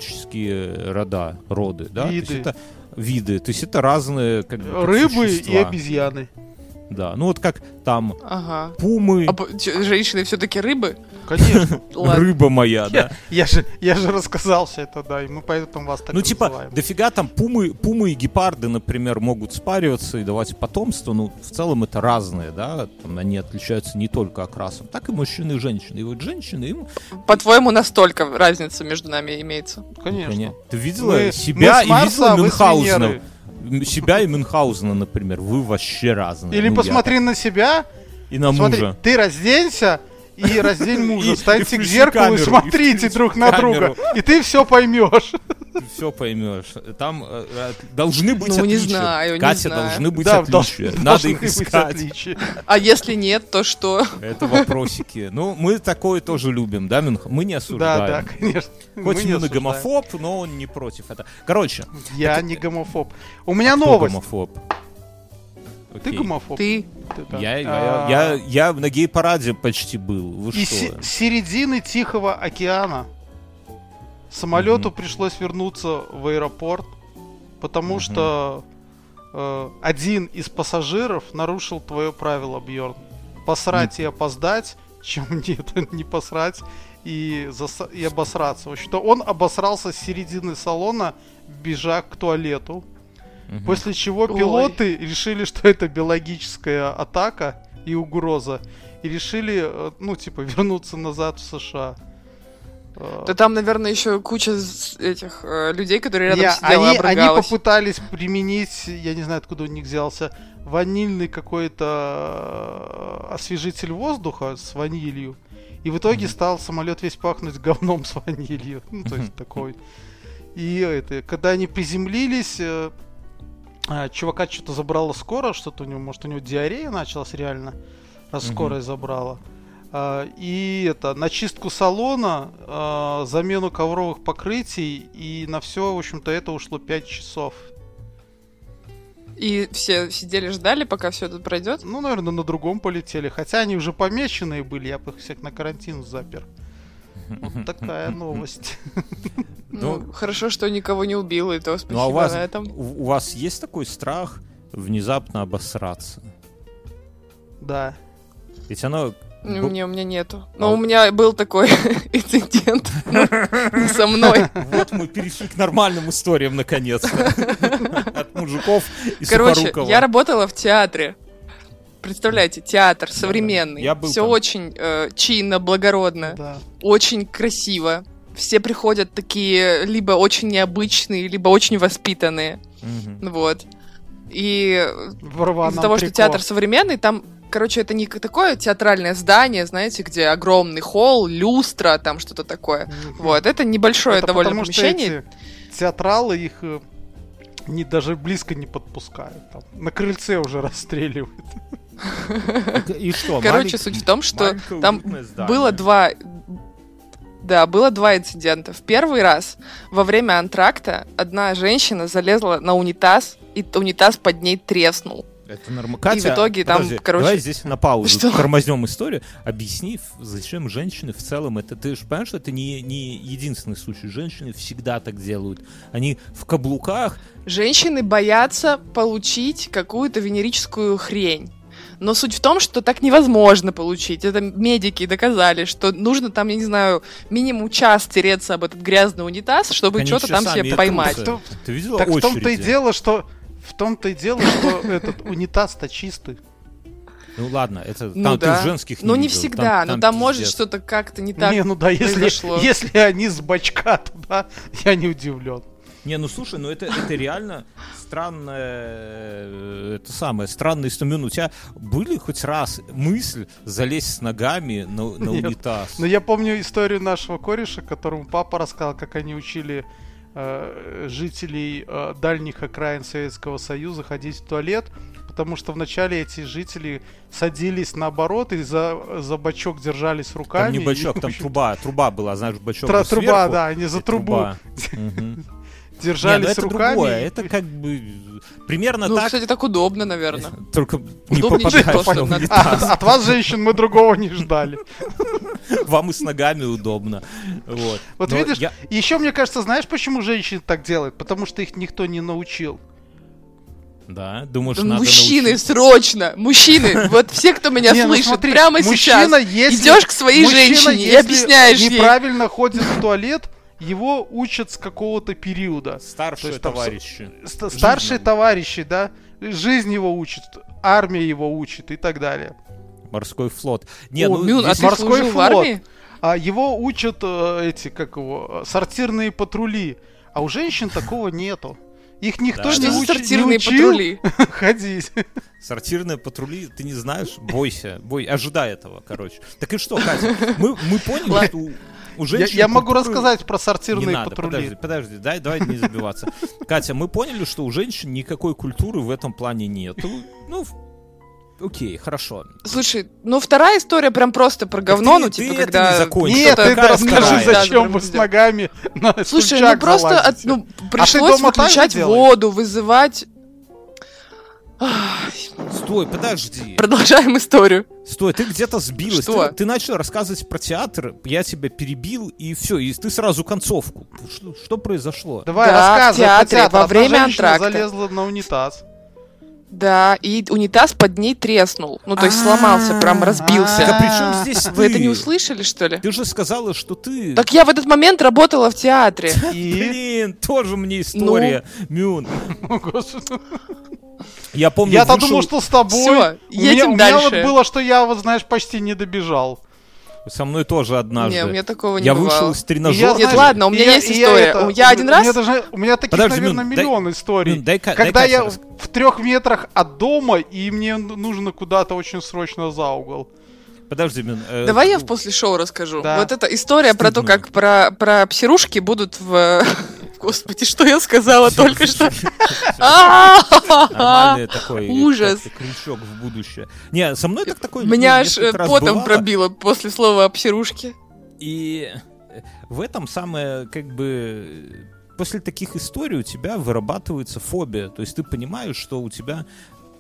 [SPEAKER 3] биологические рода, роды, да? То есть
[SPEAKER 2] Виды.
[SPEAKER 3] это виды, то есть это разные как бы, как
[SPEAKER 2] Рыбы и
[SPEAKER 3] существа.
[SPEAKER 2] обезьяны.
[SPEAKER 3] Да, ну вот как там
[SPEAKER 4] Ага.
[SPEAKER 3] пумы,
[SPEAKER 4] А б- чё, женщины все-таки рыбы?
[SPEAKER 2] Конечно.
[SPEAKER 4] Ладно.
[SPEAKER 3] рыба моя, А, да?
[SPEAKER 2] Я же, я же рассказался это, да, и мы поэтому вас [laughs] так
[SPEAKER 3] ну,
[SPEAKER 2] и
[SPEAKER 3] типа,
[SPEAKER 2] называем.
[SPEAKER 3] дофига там пумы, пумы и гепарды, например, могут спариваться и давать потомство. Ну, в целом это разные, да? Там они отличаются не только окрасом. Так и мужчины и женщины. И вот женщины, им
[SPEAKER 4] По-твоему, настолько разница между нами имеется?
[SPEAKER 2] Конечно.
[SPEAKER 3] Конечно. Ты видела
[SPEAKER 2] Мы-
[SPEAKER 3] себя
[SPEAKER 2] мы с
[SPEAKER 3] и
[SPEAKER 2] Марса,
[SPEAKER 3] видела
[SPEAKER 2] а вы с
[SPEAKER 3] Мюнхгаузена?
[SPEAKER 2] Венеры.
[SPEAKER 3] М, Себя и Мюнхгаузена, например. Вы вообще разные.
[SPEAKER 2] Или
[SPEAKER 3] Ну, я
[SPEAKER 2] посмотри на себя,
[SPEAKER 3] так. И на
[SPEAKER 2] смотри,
[SPEAKER 3] мужа.
[SPEAKER 2] ты разденься
[SPEAKER 3] [laughs]
[SPEAKER 2] и раздень
[SPEAKER 3] И- и
[SPEAKER 2] мужа, встаньте к
[SPEAKER 3] включи
[SPEAKER 2] зеркалу и
[SPEAKER 3] камеру, и
[SPEAKER 2] смотрите
[SPEAKER 3] включи
[SPEAKER 2] друг на
[SPEAKER 3] камеру.
[SPEAKER 2] друга, и ты все поймешь.
[SPEAKER 3] Ты все поймешь. Там э, э, должны быть
[SPEAKER 4] Ну, не
[SPEAKER 3] отличия.
[SPEAKER 4] знаю, не
[SPEAKER 3] Катя,
[SPEAKER 4] знаю.
[SPEAKER 3] должны быть
[SPEAKER 2] Да,
[SPEAKER 3] отличия.
[SPEAKER 2] должны-
[SPEAKER 3] Надо их
[SPEAKER 2] должны быть
[SPEAKER 3] искать.
[SPEAKER 2] отличия.
[SPEAKER 4] А если нет, то что?
[SPEAKER 3] Это вопросики. Ну, мы такое тоже любим, да, Мюнх? Мы не
[SPEAKER 2] Да, да,
[SPEAKER 3] осуждаем.
[SPEAKER 2] конечно.
[SPEAKER 3] Хоть
[SPEAKER 2] Мы не
[SPEAKER 3] Мюн и
[SPEAKER 2] осуждаем.
[SPEAKER 3] гомофоб, но он не против. Это... Короче,
[SPEAKER 2] Я не гомофоб. У меня
[SPEAKER 3] а кто
[SPEAKER 2] новость.
[SPEAKER 3] гомофоб?
[SPEAKER 2] Ты
[SPEAKER 3] Окей.
[SPEAKER 2] гомофоб.
[SPEAKER 4] Ты
[SPEAKER 2] Ты, да.
[SPEAKER 3] Я,
[SPEAKER 2] А,
[SPEAKER 3] я, я, я на гей-параде почти был. Вы
[SPEAKER 2] И
[SPEAKER 3] что?
[SPEAKER 2] се- с середины Тихого океана самолету пришлось вернуться в аэропорт, потому
[SPEAKER 3] Мгм.
[SPEAKER 2] что э, один из пассажиров нарушил твое правило, Бьорн. Посрать и опоздать, чем [laughs] нет, не посрать и, заса- и обосраться. В общем-то, он обосрался с середины салона, бежа к туалету.
[SPEAKER 3] Мгм.
[SPEAKER 2] После чего
[SPEAKER 4] Ой.
[SPEAKER 2] пилоты решили, что это биологическая атака и угроза. И решили, э, ну, типа, вернуться назад в США. Э,
[SPEAKER 4] Да там, наверное, еще куча с- этих э, людей, которые рядом
[SPEAKER 2] я-
[SPEAKER 4] сидела и
[SPEAKER 2] они, они
[SPEAKER 4] обругалась.
[SPEAKER 2] попытались применить, я не знаю, откуда у них взялся, ванильный какой-то э, освежитель воздуха с ванилью. И в итоге
[SPEAKER 3] Мгм.
[SPEAKER 2] стал самолет весь пахнуть говном с ванилью. [laughs] Ну, то есть
[SPEAKER 3] Мгм.
[SPEAKER 2] такой. И это, когда они приземлились, э, а, чувака что-то забрала скоро, что-то у него, может, у него диарея началась реально, раз
[SPEAKER 3] Мгм.
[SPEAKER 2] скорая забрала. А, И это, на чистку салона, а, замену ковровых покрытий, и на все, в общем-то, это ушло 5 часов.
[SPEAKER 4] И все сидели, ждали, пока все это пройдет.
[SPEAKER 2] Ну, наверное, на другом полетели. Хотя они уже помеченные были, я бы их всех на карантин запер. Вот такая новость. [laughs]
[SPEAKER 4] Ну,
[SPEAKER 3] Ну.
[SPEAKER 4] хорошо, что никого не убило, и то спасибо
[SPEAKER 3] Ну а у вас,
[SPEAKER 4] на этом.
[SPEAKER 3] у у вас есть такой страх внезапно обосраться?
[SPEAKER 2] Да.
[SPEAKER 3] Ведь оно...
[SPEAKER 4] Ну,
[SPEAKER 3] бу-
[SPEAKER 4] мне- у меня нету.
[SPEAKER 3] А
[SPEAKER 4] Но
[SPEAKER 3] у-
[SPEAKER 4] у меня был такой [laughs] инцидент [laughs] Ну, не со мной.
[SPEAKER 3] Вот мы перешли к нормальным
[SPEAKER 4] [laughs]
[SPEAKER 3] историям наконец-то. От мужиков и
[SPEAKER 4] Короче,
[SPEAKER 3] Сухорукова.
[SPEAKER 4] я работала в театре. Представляете, театр современный.
[SPEAKER 3] Я был
[SPEAKER 4] Все
[SPEAKER 3] там.
[SPEAKER 4] очень э, чинно, благородно.
[SPEAKER 2] Да.
[SPEAKER 4] очень красиво. Все приходят такие либо очень необычные, либо очень воспитанные.
[SPEAKER 3] Мгм.
[SPEAKER 4] Вот. И
[SPEAKER 2] В рваном
[SPEAKER 4] из-за того, что
[SPEAKER 2] трико.
[SPEAKER 4] театр современный, там, короче, это не к- такое театральное здание, знаете, где огромный холл, люстра, там что-то такое.
[SPEAKER 2] Мгм.
[SPEAKER 4] Вот, это небольшое
[SPEAKER 2] Это
[SPEAKER 4] довольно
[SPEAKER 2] потому, что
[SPEAKER 4] помещение.
[SPEAKER 2] эти театралы их э, не, даже близко не подпускают. Там, на крыльце уже расстреливают.
[SPEAKER 3] И что?
[SPEAKER 4] Короче,
[SPEAKER 3] маленькое-
[SPEAKER 4] суть в том, что
[SPEAKER 3] маленькое
[SPEAKER 4] там
[SPEAKER 3] уютное здание.
[SPEAKER 4] Было два... Да, было два инцидента. В первый раз во время антракта одна женщина залезла на унитаз, и т- унитаз под ней треснул.
[SPEAKER 3] Это норм- Катя,
[SPEAKER 4] в итоге там,
[SPEAKER 3] подожди,
[SPEAKER 4] короче-
[SPEAKER 3] Давай здесь на паузу
[SPEAKER 4] [laughs] Что?
[SPEAKER 3] тормознем историю. Объясни, ф- зачем женщины в целом это... Ты же понимаешь, что это не, не единственный случай. Женщины всегда так делают. Они в каблуках...
[SPEAKER 4] Женщины боятся получить какую-то венерическую хрень. Но суть в том, что так невозможно получить. Это медики доказали, что нужно там, я не знаю, минимум час тереться об этот грязный унитаз, чтобы
[SPEAKER 3] Конечно,
[SPEAKER 4] что-то там
[SPEAKER 3] сами
[SPEAKER 4] себе
[SPEAKER 3] и
[SPEAKER 4] поймать.
[SPEAKER 3] трутся.
[SPEAKER 2] Что-
[SPEAKER 3] Ты видела
[SPEAKER 2] так в том-то и
[SPEAKER 3] очереди?
[SPEAKER 2] дело, что в том-то и дело, что [laughs] этот унитаз-то чистый.
[SPEAKER 3] Ну ладно, это
[SPEAKER 4] Ну
[SPEAKER 3] там
[SPEAKER 4] да.
[SPEAKER 3] ты женских
[SPEAKER 4] Но не
[SPEAKER 3] видел,
[SPEAKER 4] всегда, но там может
[SPEAKER 3] пиздец.
[SPEAKER 4] что-то
[SPEAKER 2] ну,
[SPEAKER 4] как-то не так.
[SPEAKER 2] не, ну да, если,
[SPEAKER 4] произошло.
[SPEAKER 2] если они с бачка туда, я не удивлен.
[SPEAKER 3] Не, ну слушай, ну это, это реально странное, э, это самое, странный инструмент. У тебя были хоть раз мысль залезть с ногами на, на
[SPEAKER 2] Нет.
[SPEAKER 3] унитаз?
[SPEAKER 2] Но Ну, я помню историю нашего кореша, которому папа рассказал, как они учили э, жителей э, дальних окраин Советского Союза ходить в туалет, потому что вначале эти жители садились наоборот и за, за бачок держались руками.
[SPEAKER 3] Там не
[SPEAKER 2] и-
[SPEAKER 3] бачок, там труба, труба была, знаешь, бачок
[SPEAKER 2] Тра-
[SPEAKER 3] был сверху,
[SPEAKER 2] труба, да, они за
[SPEAKER 3] и
[SPEAKER 2] трубу
[SPEAKER 3] труба.
[SPEAKER 2] [laughs]
[SPEAKER 3] Мгм. Не,
[SPEAKER 2] держались
[SPEAKER 3] ну это
[SPEAKER 2] руками.
[SPEAKER 3] другое,
[SPEAKER 2] и-
[SPEAKER 3] это как бы примерно
[SPEAKER 4] Ну,
[SPEAKER 3] так,
[SPEAKER 4] кстати, так удобно, наверное.
[SPEAKER 3] [laughs] только не
[SPEAKER 4] Удобнее, чем
[SPEAKER 3] попадаешь
[SPEAKER 4] то,
[SPEAKER 3] на
[SPEAKER 4] что надо.
[SPEAKER 2] [laughs]
[SPEAKER 3] унитаз.
[SPEAKER 2] А, от- [laughs] от вас, женщин, мы другого не ждали.
[SPEAKER 3] вам и с ногами удобно. Вот,
[SPEAKER 2] Вот
[SPEAKER 3] Но
[SPEAKER 2] видишь,
[SPEAKER 3] я-
[SPEAKER 2] еще мне кажется, знаешь, почему женщины так делают? Потому что их никто не научил.
[SPEAKER 3] Да, думаешь,
[SPEAKER 4] Да
[SPEAKER 3] надо
[SPEAKER 4] мужчины,
[SPEAKER 3] научиться.
[SPEAKER 4] срочно!
[SPEAKER 2] [laughs]
[SPEAKER 4] Мужчины! Вот все, кто меня
[SPEAKER 2] Не, ну
[SPEAKER 4] слышит,
[SPEAKER 2] смотри,
[SPEAKER 4] прямо
[SPEAKER 2] мужчина,
[SPEAKER 4] сейчас
[SPEAKER 2] если-
[SPEAKER 4] идешь к своей
[SPEAKER 2] Мужчина,
[SPEAKER 4] женщине и
[SPEAKER 2] если
[SPEAKER 4] объясняешь ей.
[SPEAKER 2] неправильно ходит в туалет, его учат с какого-то периода. То
[SPEAKER 3] Старшие
[SPEAKER 2] есть там со-
[SPEAKER 3] товарищи.
[SPEAKER 2] Ст- Старшие
[SPEAKER 3] Жизнь.
[SPEAKER 2] товарищи, да, жизнь его учит, армия его учит и так далее.
[SPEAKER 3] Морской флот. Не,
[SPEAKER 4] О,
[SPEAKER 3] ну,
[SPEAKER 4] Мюн, а
[SPEAKER 3] здесь-
[SPEAKER 4] ты
[SPEAKER 2] морской
[SPEAKER 4] служил в
[SPEAKER 2] флот.
[SPEAKER 4] армии?
[SPEAKER 2] А его учат э, эти, как его, э, сортирные патрули. А у женщин такого нету. Их никто
[SPEAKER 3] Да.
[SPEAKER 2] не,
[SPEAKER 4] Что за
[SPEAKER 2] учи- не
[SPEAKER 4] сортирные
[SPEAKER 2] учил
[SPEAKER 4] патрули?
[SPEAKER 2] [laughs] ходить.
[SPEAKER 3] Сортирные патрули, ты не знаешь? Бойся, бой, ожидай этого, короче. Так и что, Катя, мы, мы поняли,
[SPEAKER 4] Ладно.
[SPEAKER 3] что у, у
[SPEAKER 2] Я,
[SPEAKER 3] женщин...
[SPEAKER 2] я могу
[SPEAKER 3] культуры-
[SPEAKER 2] рассказать про
[SPEAKER 3] Не
[SPEAKER 2] сортирные
[SPEAKER 3] надо,
[SPEAKER 2] патрули.
[SPEAKER 3] подожди, подожди, дай, давай не забиваться. Катя, мы поняли, что у женщин никакой культуры в этом плане нету. Ну, в- окей, хорошо.
[SPEAKER 4] Слушай, ну вторая история прям просто про говно,
[SPEAKER 3] ты-
[SPEAKER 4] ну
[SPEAKER 3] ты
[SPEAKER 4] типа
[SPEAKER 3] это
[SPEAKER 4] когда...
[SPEAKER 3] не закончил.
[SPEAKER 2] Нет,
[SPEAKER 4] Что-то
[SPEAKER 2] ты
[SPEAKER 3] какая
[SPEAKER 2] расскажи,
[SPEAKER 3] вторая?
[SPEAKER 4] Да,
[SPEAKER 2] зачем
[SPEAKER 4] да,
[SPEAKER 2] вы
[SPEAKER 4] да.
[SPEAKER 2] с ногами на
[SPEAKER 4] Слушай, ну
[SPEAKER 2] стульчак
[SPEAKER 4] просто от-
[SPEAKER 2] залазите? А
[SPEAKER 4] ну, пришлось
[SPEAKER 2] дома так же
[SPEAKER 4] выключать
[SPEAKER 2] делаешь?
[SPEAKER 4] воду, вызывать... Ах,
[SPEAKER 3] Стой, подожди.
[SPEAKER 4] Продолжаем историю.
[SPEAKER 3] Стой, ты где-то сбилась.
[SPEAKER 4] Что?
[SPEAKER 3] Ты, ты начал рассказывать про театр, я тебя перебил, и все, и ты сразу концовку. Что, что произошло?
[SPEAKER 2] Давай,
[SPEAKER 4] Да,
[SPEAKER 2] рассказывай.
[SPEAKER 4] в
[SPEAKER 2] про
[SPEAKER 4] театре
[SPEAKER 2] театр.
[SPEAKER 4] во
[SPEAKER 2] Одна
[SPEAKER 4] время
[SPEAKER 2] женщина
[SPEAKER 4] антракта.
[SPEAKER 2] залезла на унитаз.
[SPEAKER 4] Да, и унитаз под ней треснул. Ну, то есть сломался, прям
[SPEAKER 3] Так, а
[SPEAKER 4] разбился.
[SPEAKER 3] при чем здесь
[SPEAKER 4] Вы это
[SPEAKER 3] ты?
[SPEAKER 4] не услышали, что ли?
[SPEAKER 3] Ты же сказала, что ты...
[SPEAKER 4] Так я в этот момент работала в театре.
[SPEAKER 2] И...
[SPEAKER 3] Блин, тоже мне история,
[SPEAKER 4] Ну,
[SPEAKER 3] Мюн. [laughs]
[SPEAKER 2] О, Господи.
[SPEAKER 3] Я помню,
[SPEAKER 2] Я-то
[SPEAKER 3] вышел-
[SPEAKER 2] думал, что с тобой.
[SPEAKER 4] Всё,
[SPEAKER 2] У меня-
[SPEAKER 4] едем
[SPEAKER 2] У меня вот
[SPEAKER 4] дальше.
[SPEAKER 2] было, что я, вот знаешь, почти не добежал.
[SPEAKER 3] Со мной тоже однажды.
[SPEAKER 4] Не, у меня такого не
[SPEAKER 3] Я
[SPEAKER 4] бывало.
[SPEAKER 3] вышел из
[SPEAKER 2] И я,
[SPEAKER 3] тренажера.
[SPEAKER 2] знаешь,
[SPEAKER 4] ладно, у меня
[SPEAKER 2] и я-
[SPEAKER 4] есть
[SPEAKER 2] и я
[SPEAKER 4] история.
[SPEAKER 2] это-
[SPEAKER 4] Я один
[SPEAKER 2] у меня
[SPEAKER 4] раз-
[SPEAKER 2] даже- у меня таких,
[SPEAKER 3] Подожди,
[SPEAKER 2] наверное,
[SPEAKER 3] Мин, дай-
[SPEAKER 2] миллион историй.
[SPEAKER 3] Мин, дай Ка- дай
[SPEAKER 2] Когда
[SPEAKER 3] Катя
[SPEAKER 2] я
[SPEAKER 3] рас-
[SPEAKER 2] в трех метрах от дома, и мне нужно куда-то очень срочно за угол.
[SPEAKER 3] Подожди, Мюн. э,
[SPEAKER 4] Давай я в после шоу расскажу.
[SPEAKER 2] Да.
[SPEAKER 4] Вот эта история про то,
[SPEAKER 3] Стыдно.
[SPEAKER 4] как про, про псирушки будут в... [laughs] Господи, что я сказала только
[SPEAKER 3] [laughs]
[SPEAKER 4] что? [laughs] А-а-а!
[SPEAKER 3] Нормальный такой
[SPEAKER 4] А,
[SPEAKER 3] э,
[SPEAKER 4] Ужас.
[SPEAKER 3] как-то крючок в будущее. Не, со мной так такой...
[SPEAKER 4] Меня
[SPEAKER 3] ну,
[SPEAKER 4] аж э,
[SPEAKER 3] несколько раз
[SPEAKER 4] потом
[SPEAKER 3] бывало.
[SPEAKER 4] пробило после слова о псирушке.
[SPEAKER 3] И э, в этом самое, как бы, э, после таких историй у тебя вырабатывается фобия. То есть ты понимаешь, что у тебя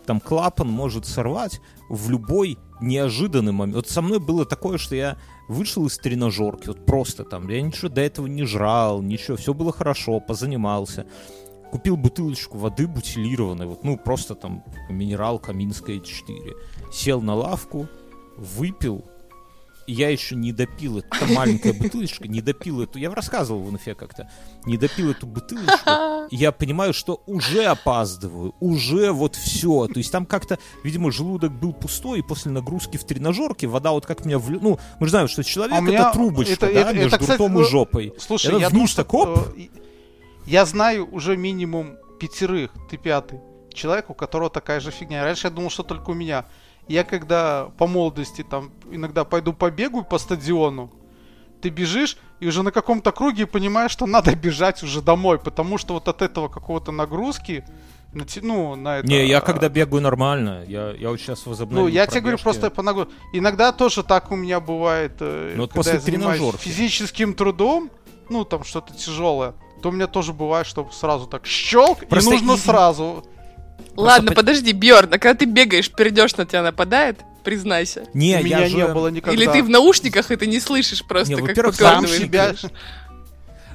[SPEAKER 3] там клапан может сорвать в любой неожиданный момент. Вот со мной было такое, что я вышел из тренажерки, вот просто там, я ничего до этого не жрал, ничего, все было хорошо, позанимался. Купил бутылочку воды бутилированной, вот, ну, просто там минерал Каминская 4. Сел на лавку, выпил, и я еще не допил эту там
[SPEAKER 2] [laughs]
[SPEAKER 3] маленькая бутылочка, не допил эту, я рассказывал в инфе как-то, не допил
[SPEAKER 2] [laughs]
[SPEAKER 3] эту бутылочку, и я понимаю, что уже опаздываю, уже вот все. То есть там как-то, видимо, желудок был пустой, и после нагрузки в тренажерке вода вот как меня... влю- Ну, мы же знаем, что человек
[SPEAKER 2] А у меня
[SPEAKER 3] это трубочка,
[SPEAKER 2] это-
[SPEAKER 3] да,
[SPEAKER 2] это- это,
[SPEAKER 3] между
[SPEAKER 2] кстати,
[SPEAKER 3] ртом
[SPEAKER 2] ну,
[SPEAKER 3] и жопой.
[SPEAKER 2] Слушай,
[SPEAKER 3] Это
[SPEAKER 2] я
[SPEAKER 3] в
[SPEAKER 2] думаю,
[SPEAKER 3] нос так, оп.
[SPEAKER 2] что, э, Я знаю уже минимум пятерых, ты пятый, человек, у которого такая же фигня. Раньше я думал, что только у меня. Я когда по молодости там иногда пойду побегаю по стадиону, ты бежишь и уже на каком-то круге понимаешь, что надо бежать уже домой, потому что вот от этого какого-то нагрузки, на те- ну, на это...
[SPEAKER 3] Не, я
[SPEAKER 2] а,
[SPEAKER 3] когда бегаю нормально, я, я вот сейчас возобновил
[SPEAKER 2] ну, я тебе говорю
[SPEAKER 3] пробежки.
[SPEAKER 2] просто по ногу. Иногда тоже так у меня бывает, э,
[SPEAKER 3] Ну, вот
[SPEAKER 2] когда я
[SPEAKER 3] после
[SPEAKER 2] занимаюсь
[SPEAKER 3] тренажерки.
[SPEAKER 2] физическим трудом, ну, там что-то тяжелое, то у меня тоже бывает, что сразу так щелк,
[SPEAKER 3] Просто
[SPEAKER 2] и нужно
[SPEAKER 3] и-
[SPEAKER 2] сразу.
[SPEAKER 4] Ладно,
[SPEAKER 3] под-
[SPEAKER 4] подожди, Бьорн, а когда ты бегаешь, перейдешь, на тебя нападает? Признайся.
[SPEAKER 3] Не,
[SPEAKER 2] у меня
[SPEAKER 3] я же...
[SPEAKER 2] не было никогда.
[SPEAKER 4] Или ты в наушниках, и ты не слышишь просто,
[SPEAKER 3] Не,
[SPEAKER 4] как
[SPEAKER 3] во-первых,
[SPEAKER 2] сам
[SPEAKER 3] Ладно, вы
[SPEAKER 2] себя...
[SPEAKER 4] попёрнули.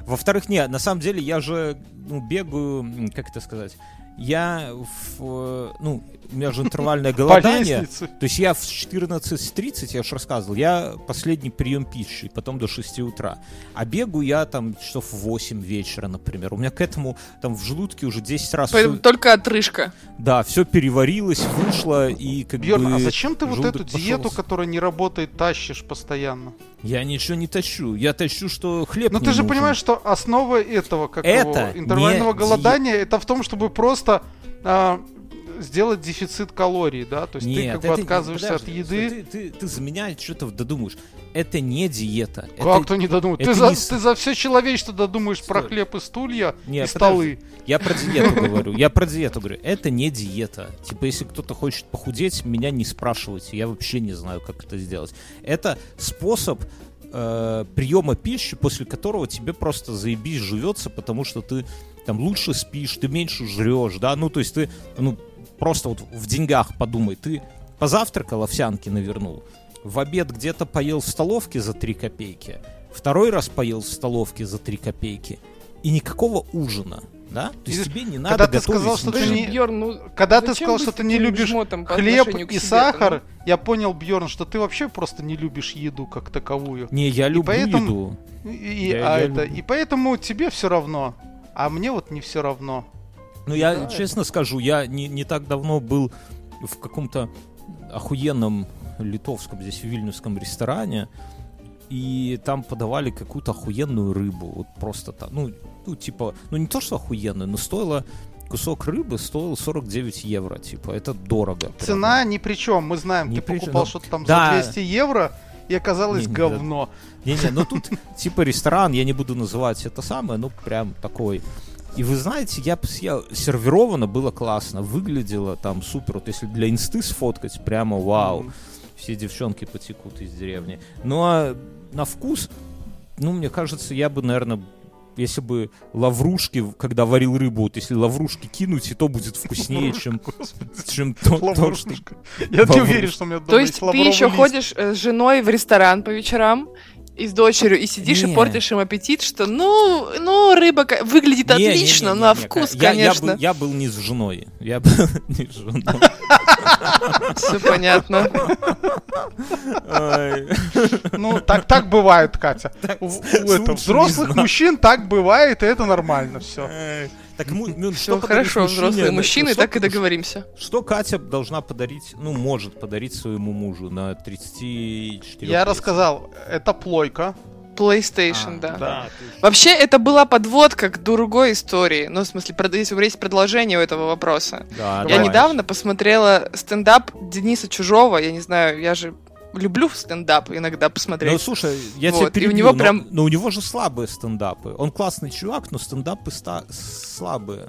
[SPEAKER 3] Во-вторых, не, на самом деле я же ну, бегаю, м, как это сказать, я в, э, ну, у меня же
[SPEAKER 2] [laughs]
[SPEAKER 3] интервальное
[SPEAKER 2] По
[SPEAKER 3] голодание.
[SPEAKER 2] лестнице.
[SPEAKER 3] То есть я в 14.30, я же рассказывал, я последний прием пищи, потом до 6 утра. А бегу я там часов в 8 вечера, например. У меня к этому там в желудке уже 10 раз
[SPEAKER 4] Поэтому
[SPEAKER 3] всё-
[SPEAKER 4] только отрыжка.
[SPEAKER 3] да, все переварилось, вышло и как
[SPEAKER 2] Бьерн,
[SPEAKER 3] бы...
[SPEAKER 2] а зачем ты вот
[SPEAKER 3] желудок
[SPEAKER 2] эту
[SPEAKER 3] пошёл
[SPEAKER 2] диету,
[SPEAKER 3] с-
[SPEAKER 2] которая не работает, тащишь постоянно?
[SPEAKER 3] Я ничего не тащу, я тащу, что хлеб
[SPEAKER 2] Ну
[SPEAKER 3] не
[SPEAKER 2] ты же
[SPEAKER 3] нужен.
[SPEAKER 2] понимаешь, что основа этого как его,
[SPEAKER 3] Это не
[SPEAKER 2] интервального
[SPEAKER 3] ди-
[SPEAKER 2] голодания это в том, чтобы просто а, сделать дефицит калорий, да? То есть ты
[SPEAKER 3] Нет,
[SPEAKER 2] как бы
[SPEAKER 3] это-
[SPEAKER 2] отказываешься
[SPEAKER 3] подожди,
[SPEAKER 2] от еды.
[SPEAKER 3] Ты, ты, ты за меня что-то додумаешь. Это не диета.
[SPEAKER 2] Как
[SPEAKER 3] это...
[SPEAKER 2] то не додумал?
[SPEAKER 3] это
[SPEAKER 2] Ты, за,
[SPEAKER 3] не с-
[SPEAKER 2] ты за все человечество додумаешь про
[SPEAKER 3] Стой.
[SPEAKER 2] хлеб и стулья
[SPEAKER 3] Нет,
[SPEAKER 2] и столы.
[SPEAKER 3] Я про диету говорю. Я про диету говорю. Это не диета. Типа, если кто-то хочет похудеть, меня не спрашивайте. Я вообще не знаю, как это сделать. Это способ э, приема пищи, после которого тебе просто заебись живется, потому что ты там лучше спишь, ты меньше жрешь, да. Ну, то есть ты, ну, просто вот в деньгах подумай. Ты позавтракал, овсянки навернул. В обед где-то поел в столовке за 3 копейки. Второй раз поел в столовке за 3 копейки. И никакого ужина, да? То есть
[SPEAKER 2] Видишь,
[SPEAKER 3] тебе не
[SPEAKER 2] когда
[SPEAKER 3] надо
[SPEAKER 2] ты сказал,
[SPEAKER 3] готовить
[SPEAKER 2] что ты
[SPEAKER 3] ничего.
[SPEAKER 2] не-
[SPEAKER 4] Бьерн, ну,
[SPEAKER 2] Когда ты
[SPEAKER 4] зачем
[SPEAKER 2] сказал,
[SPEAKER 4] быть
[SPEAKER 2] что ты не
[SPEAKER 4] таким
[SPEAKER 2] любишь
[SPEAKER 4] жмотом по
[SPEAKER 2] хлеб
[SPEAKER 4] отношению к
[SPEAKER 2] и
[SPEAKER 4] себе-то,
[SPEAKER 3] ну?
[SPEAKER 2] сахар, я понял, Бьорн, что ты вообще просто не любишь еду как таковую.
[SPEAKER 3] Не, я люблю
[SPEAKER 2] поэтому-
[SPEAKER 3] еду.
[SPEAKER 2] И, и-
[SPEAKER 3] Я-
[SPEAKER 2] а
[SPEAKER 3] я
[SPEAKER 2] это-
[SPEAKER 3] люблю.
[SPEAKER 2] и поэтому тебе все равно. А мне вот не все равно.
[SPEAKER 3] Ну, я честно скажу, я не, не так давно был в каком-то охуенном литовском, здесь в Вильнюсском ресторане, и там подавали какую-то охуенную рыбу. Вот просто там, ну, ну, типа, ну не то, что охуенную, но стоило кусок рыбы стоил 49 евро, типа, это дорого. прям.
[SPEAKER 2] Цена ни при чем, мы знаем.
[SPEAKER 3] Ни
[SPEAKER 2] ты
[SPEAKER 3] при чём,
[SPEAKER 2] покупал
[SPEAKER 3] ну,
[SPEAKER 2] что-то там
[SPEAKER 3] да.
[SPEAKER 2] за 200 евро и оказалось
[SPEAKER 3] Не, не, да.
[SPEAKER 2] говно.
[SPEAKER 3] Не-не, ну тут типа ресторан, я не буду называть это самое, ну прям такой. И вы знаете, я б съел, сервировано было классно, выглядело там супер. Вот если для инсты сфоткать, прямо вау.
[SPEAKER 2] М.
[SPEAKER 3] Все девчонки потекут из деревни. Ну а на вкус, ну мне кажется, я бы, наверное, если бы лаврушки, в- когда варил рыбу, вот если лаврушки кинуть, и то будет вкуснее, чем, чем то, то, что...
[SPEAKER 2] Лаврушка. Я не
[SPEAKER 3] Лаврушка.
[SPEAKER 2] уверен, что у меня дома
[SPEAKER 4] То есть ты
[SPEAKER 2] лавровый
[SPEAKER 4] еще
[SPEAKER 2] лист.
[SPEAKER 4] ходишь э, с женой в ресторан по вечерам и с дочерью, и сидишь
[SPEAKER 3] Не.
[SPEAKER 4] и портишь им аппетит, что ну, ну рыба ка- выглядит
[SPEAKER 3] Не, не, не,
[SPEAKER 4] отлично,
[SPEAKER 3] не,
[SPEAKER 4] на
[SPEAKER 3] не,
[SPEAKER 4] вкус,
[SPEAKER 3] я- я был-
[SPEAKER 4] конечно.
[SPEAKER 3] Я был, не с женой. Я был [laughs] не с женой.
[SPEAKER 4] [laughs]
[SPEAKER 2] [laughs]
[SPEAKER 4] Все понятно. [laughs]
[SPEAKER 3] Ай.
[SPEAKER 2] Ну, так, так бывает, [laughs] Катя. У, у этого,
[SPEAKER 3] не
[SPEAKER 2] взрослых
[SPEAKER 3] знаю.
[SPEAKER 2] мужчин так бывает, и это нормально все.
[SPEAKER 3] Э, Так, му- ну,
[SPEAKER 4] Все
[SPEAKER 3] что подарить
[SPEAKER 4] хорошо,
[SPEAKER 3] мужчине?
[SPEAKER 4] взрослые
[SPEAKER 3] Ну,
[SPEAKER 4] мужчины,
[SPEAKER 3] что-
[SPEAKER 4] так и договоримся.
[SPEAKER 3] Что Катя должна подарить, ну, может подарить своему мужу на 34
[SPEAKER 2] Я
[SPEAKER 3] лет?
[SPEAKER 2] рассказал, это плойка.
[SPEAKER 4] PlayStation,
[SPEAKER 3] А,
[SPEAKER 4] да.
[SPEAKER 3] да.
[SPEAKER 4] Вообще, это была подводка к другой истории. Ну, в смысле, прод- если есть продолжение у этого вопроса. Я
[SPEAKER 3] Да, давай. Ну,
[SPEAKER 4] недавно посмотрела стендап Дениса Чужого. Я не знаю, я же люблю стендап иногда
[SPEAKER 3] Ну,
[SPEAKER 4] посмотреть.
[SPEAKER 3] слушай, я
[SPEAKER 4] Вот,
[SPEAKER 3] тебя
[SPEAKER 4] и у
[SPEAKER 3] перебью,
[SPEAKER 4] него
[SPEAKER 3] но,
[SPEAKER 4] прям-
[SPEAKER 3] но у него же слабые стендапы. Он классный чувак, но стендапы ста- слабые.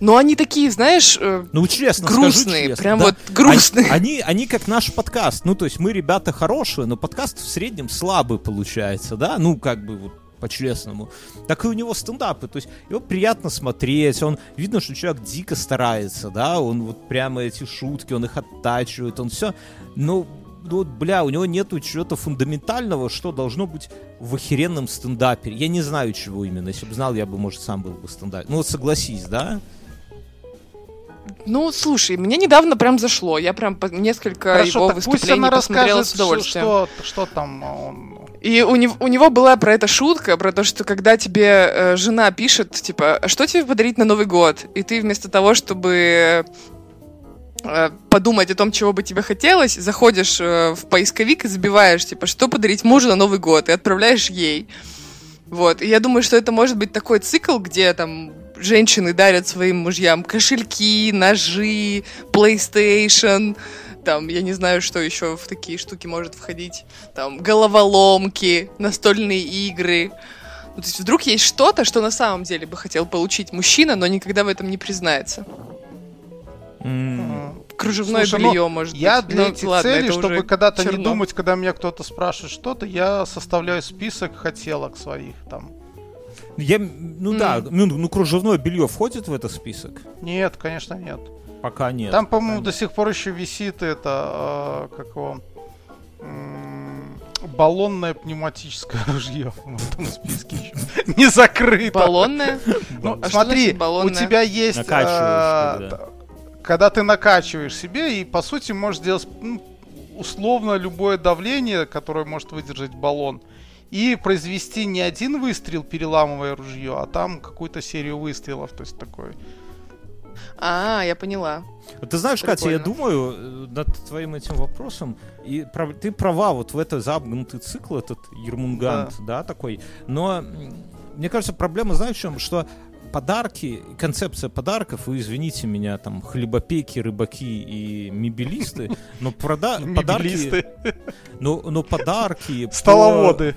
[SPEAKER 4] Но они такие, знаешь, э,
[SPEAKER 3] Ну, честно, скажу
[SPEAKER 4] грустные,
[SPEAKER 3] честно,
[SPEAKER 4] прям
[SPEAKER 3] да.
[SPEAKER 4] вот грустные.
[SPEAKER 3] Они, они, они как наш подкаст. Ну, то есть мы ребята хорошие, но подкаст в среднем слабый получается, да? Ну, как бы вот по-честному. Так и у него стендапы. То есть его приятно смотреть. Он видно, что человек дико старается, да? Он вот прямо эти шутки, он их оттачивает, он все. Но ну вот, бля, у него нету чего-то фундаментального, что должно быть в охеренном стендапе. Я не знаю, чего именно. Если бы знал, я бы, может, сам был бы стендап. Ну вот согласись, да?
[SPEAKER 4] Ну, слушай, мне недавно прям зашло. Я прям по- несколько
[SPEAKER 2] Хорошо,
[SPEAKER 4] его
[SPEAKER 2] так пусть
[SPEAKER 4] выступлений
[SPEAKER 2] она
[SPEAKER 4] посмотрела
[SPEAKER 2] расскажет,
[SPEAKER 4] с
[SPEAKER 2] что,
[SPEAKER 4] удовольствием.
[SPEAKER 2] что, что там он...
[SPEAKER 4] И у него, у него была про это шутка, про то, что когда тебе э, жена пишет, типа, «А что тебе подарить на Новый год, и ты вместо того, чтобы э, подумать о том, чего бы тебе хотелось, заходишь э, в поисковик и забиваешь, типа, что подарить мужу на Новый год, и отправляешь ей. Вот, и я думаю, что это может быть такой цикл, где там женщины дарят своим мужьям кошельки, ножи, PlayStation, там, я не знаю, что еще в такие штуки может входить, там, головоломки, настольные игры. Ну, то есть вдруг есть что-то, что на самом деле бы хотел получить мужчина, но никогда в этом не признается.
[SPEAKER 3] М,
[SPEAKER 2] м,
[SPEAKER 4] Кружевное
[SPEAKER 2] Слушай, ну,
[SPEAKER 4] белье, может
[SPEAKER 2] Я
[SPEAKER 4] быть.
[SPEAKER 2] для
[SPEAKER 4] Ну,
[SPEAKER 2] этих
[SPEAKER 4] ладно,
[SPEAKER 2] целей,
[SPEAKER 4] это
[SPEAKER 2] чтобы
[SPEAKER 4] уже
[SPEAKER 2] когда-то не
[SPEAKER 4] черно.
[SPEAKER 2] думать, когда меня кто-то спрашивает что-то, я составляю список хотелок своих там.
[SPEAKER 3] Я, м, ну
[SPEAKER 4] М.
[SPEAKER 3] да, ну, ну, кружевное белье входит в этот список?
[SPEAKER 2] Нет, конечно, нет.
[SPEAKER 3] Пока нет.
[SPEAKER 2] Там, по-моему,
[SPEAKER 3] Пока
[SPEAKER 2] до сих пор еще висит это, э, как его, а, м, Баллонное пневматическое [laughs] ружье в этом списке еще не закрыто.
[SPEAKER 4] Баллонная?
[SPEAKER 2] Ну,
[SPEAKER 4] А что
[SPEAKER 2] смотри,
[SPEAKER 4] значит
[SPEAKER 2] у
[SPEAKER 4] баллонное?
[SPEAKER 2] тебя есть...
[SPEAKER 3] Накачиваешь,
[SPEAKER 2] э,
[SPEAKER 3] когда.
[SPEAKER 2] т- Когда ты накачиваешь себе и, по сути, можешь делать ну, условно любое давление, которое может выдержать баллон, и произвести не один выстрел, переламывая ружье, а там какую-то серию выстрелов, то есть такой.
[SPEAKER 4] А, я поняла.
[SPEAKER 3] Ты знаешь, Катя, я
[SPEAKER 4] Прикольно.
[SPEAKER 3] думаю э, над твоим этим вопросом, и прав- ты права, вот в это замкнутый цикл, этот Ермунгант, да, такой, но м, мне кажется, проблема, знаешь, в чем, что подарки, концепция подарков, и извините меня, там, хлебопеки, рыбаки и мебелисты,
[SPEAKER 2] [laughs]
[SPEAKER 3] но прода- Э, подарки,
[SPEAKER 2] Мебелисты,
[SPEAKER 3] но, но подарки... по-
[SPEAKER 2] столоводы.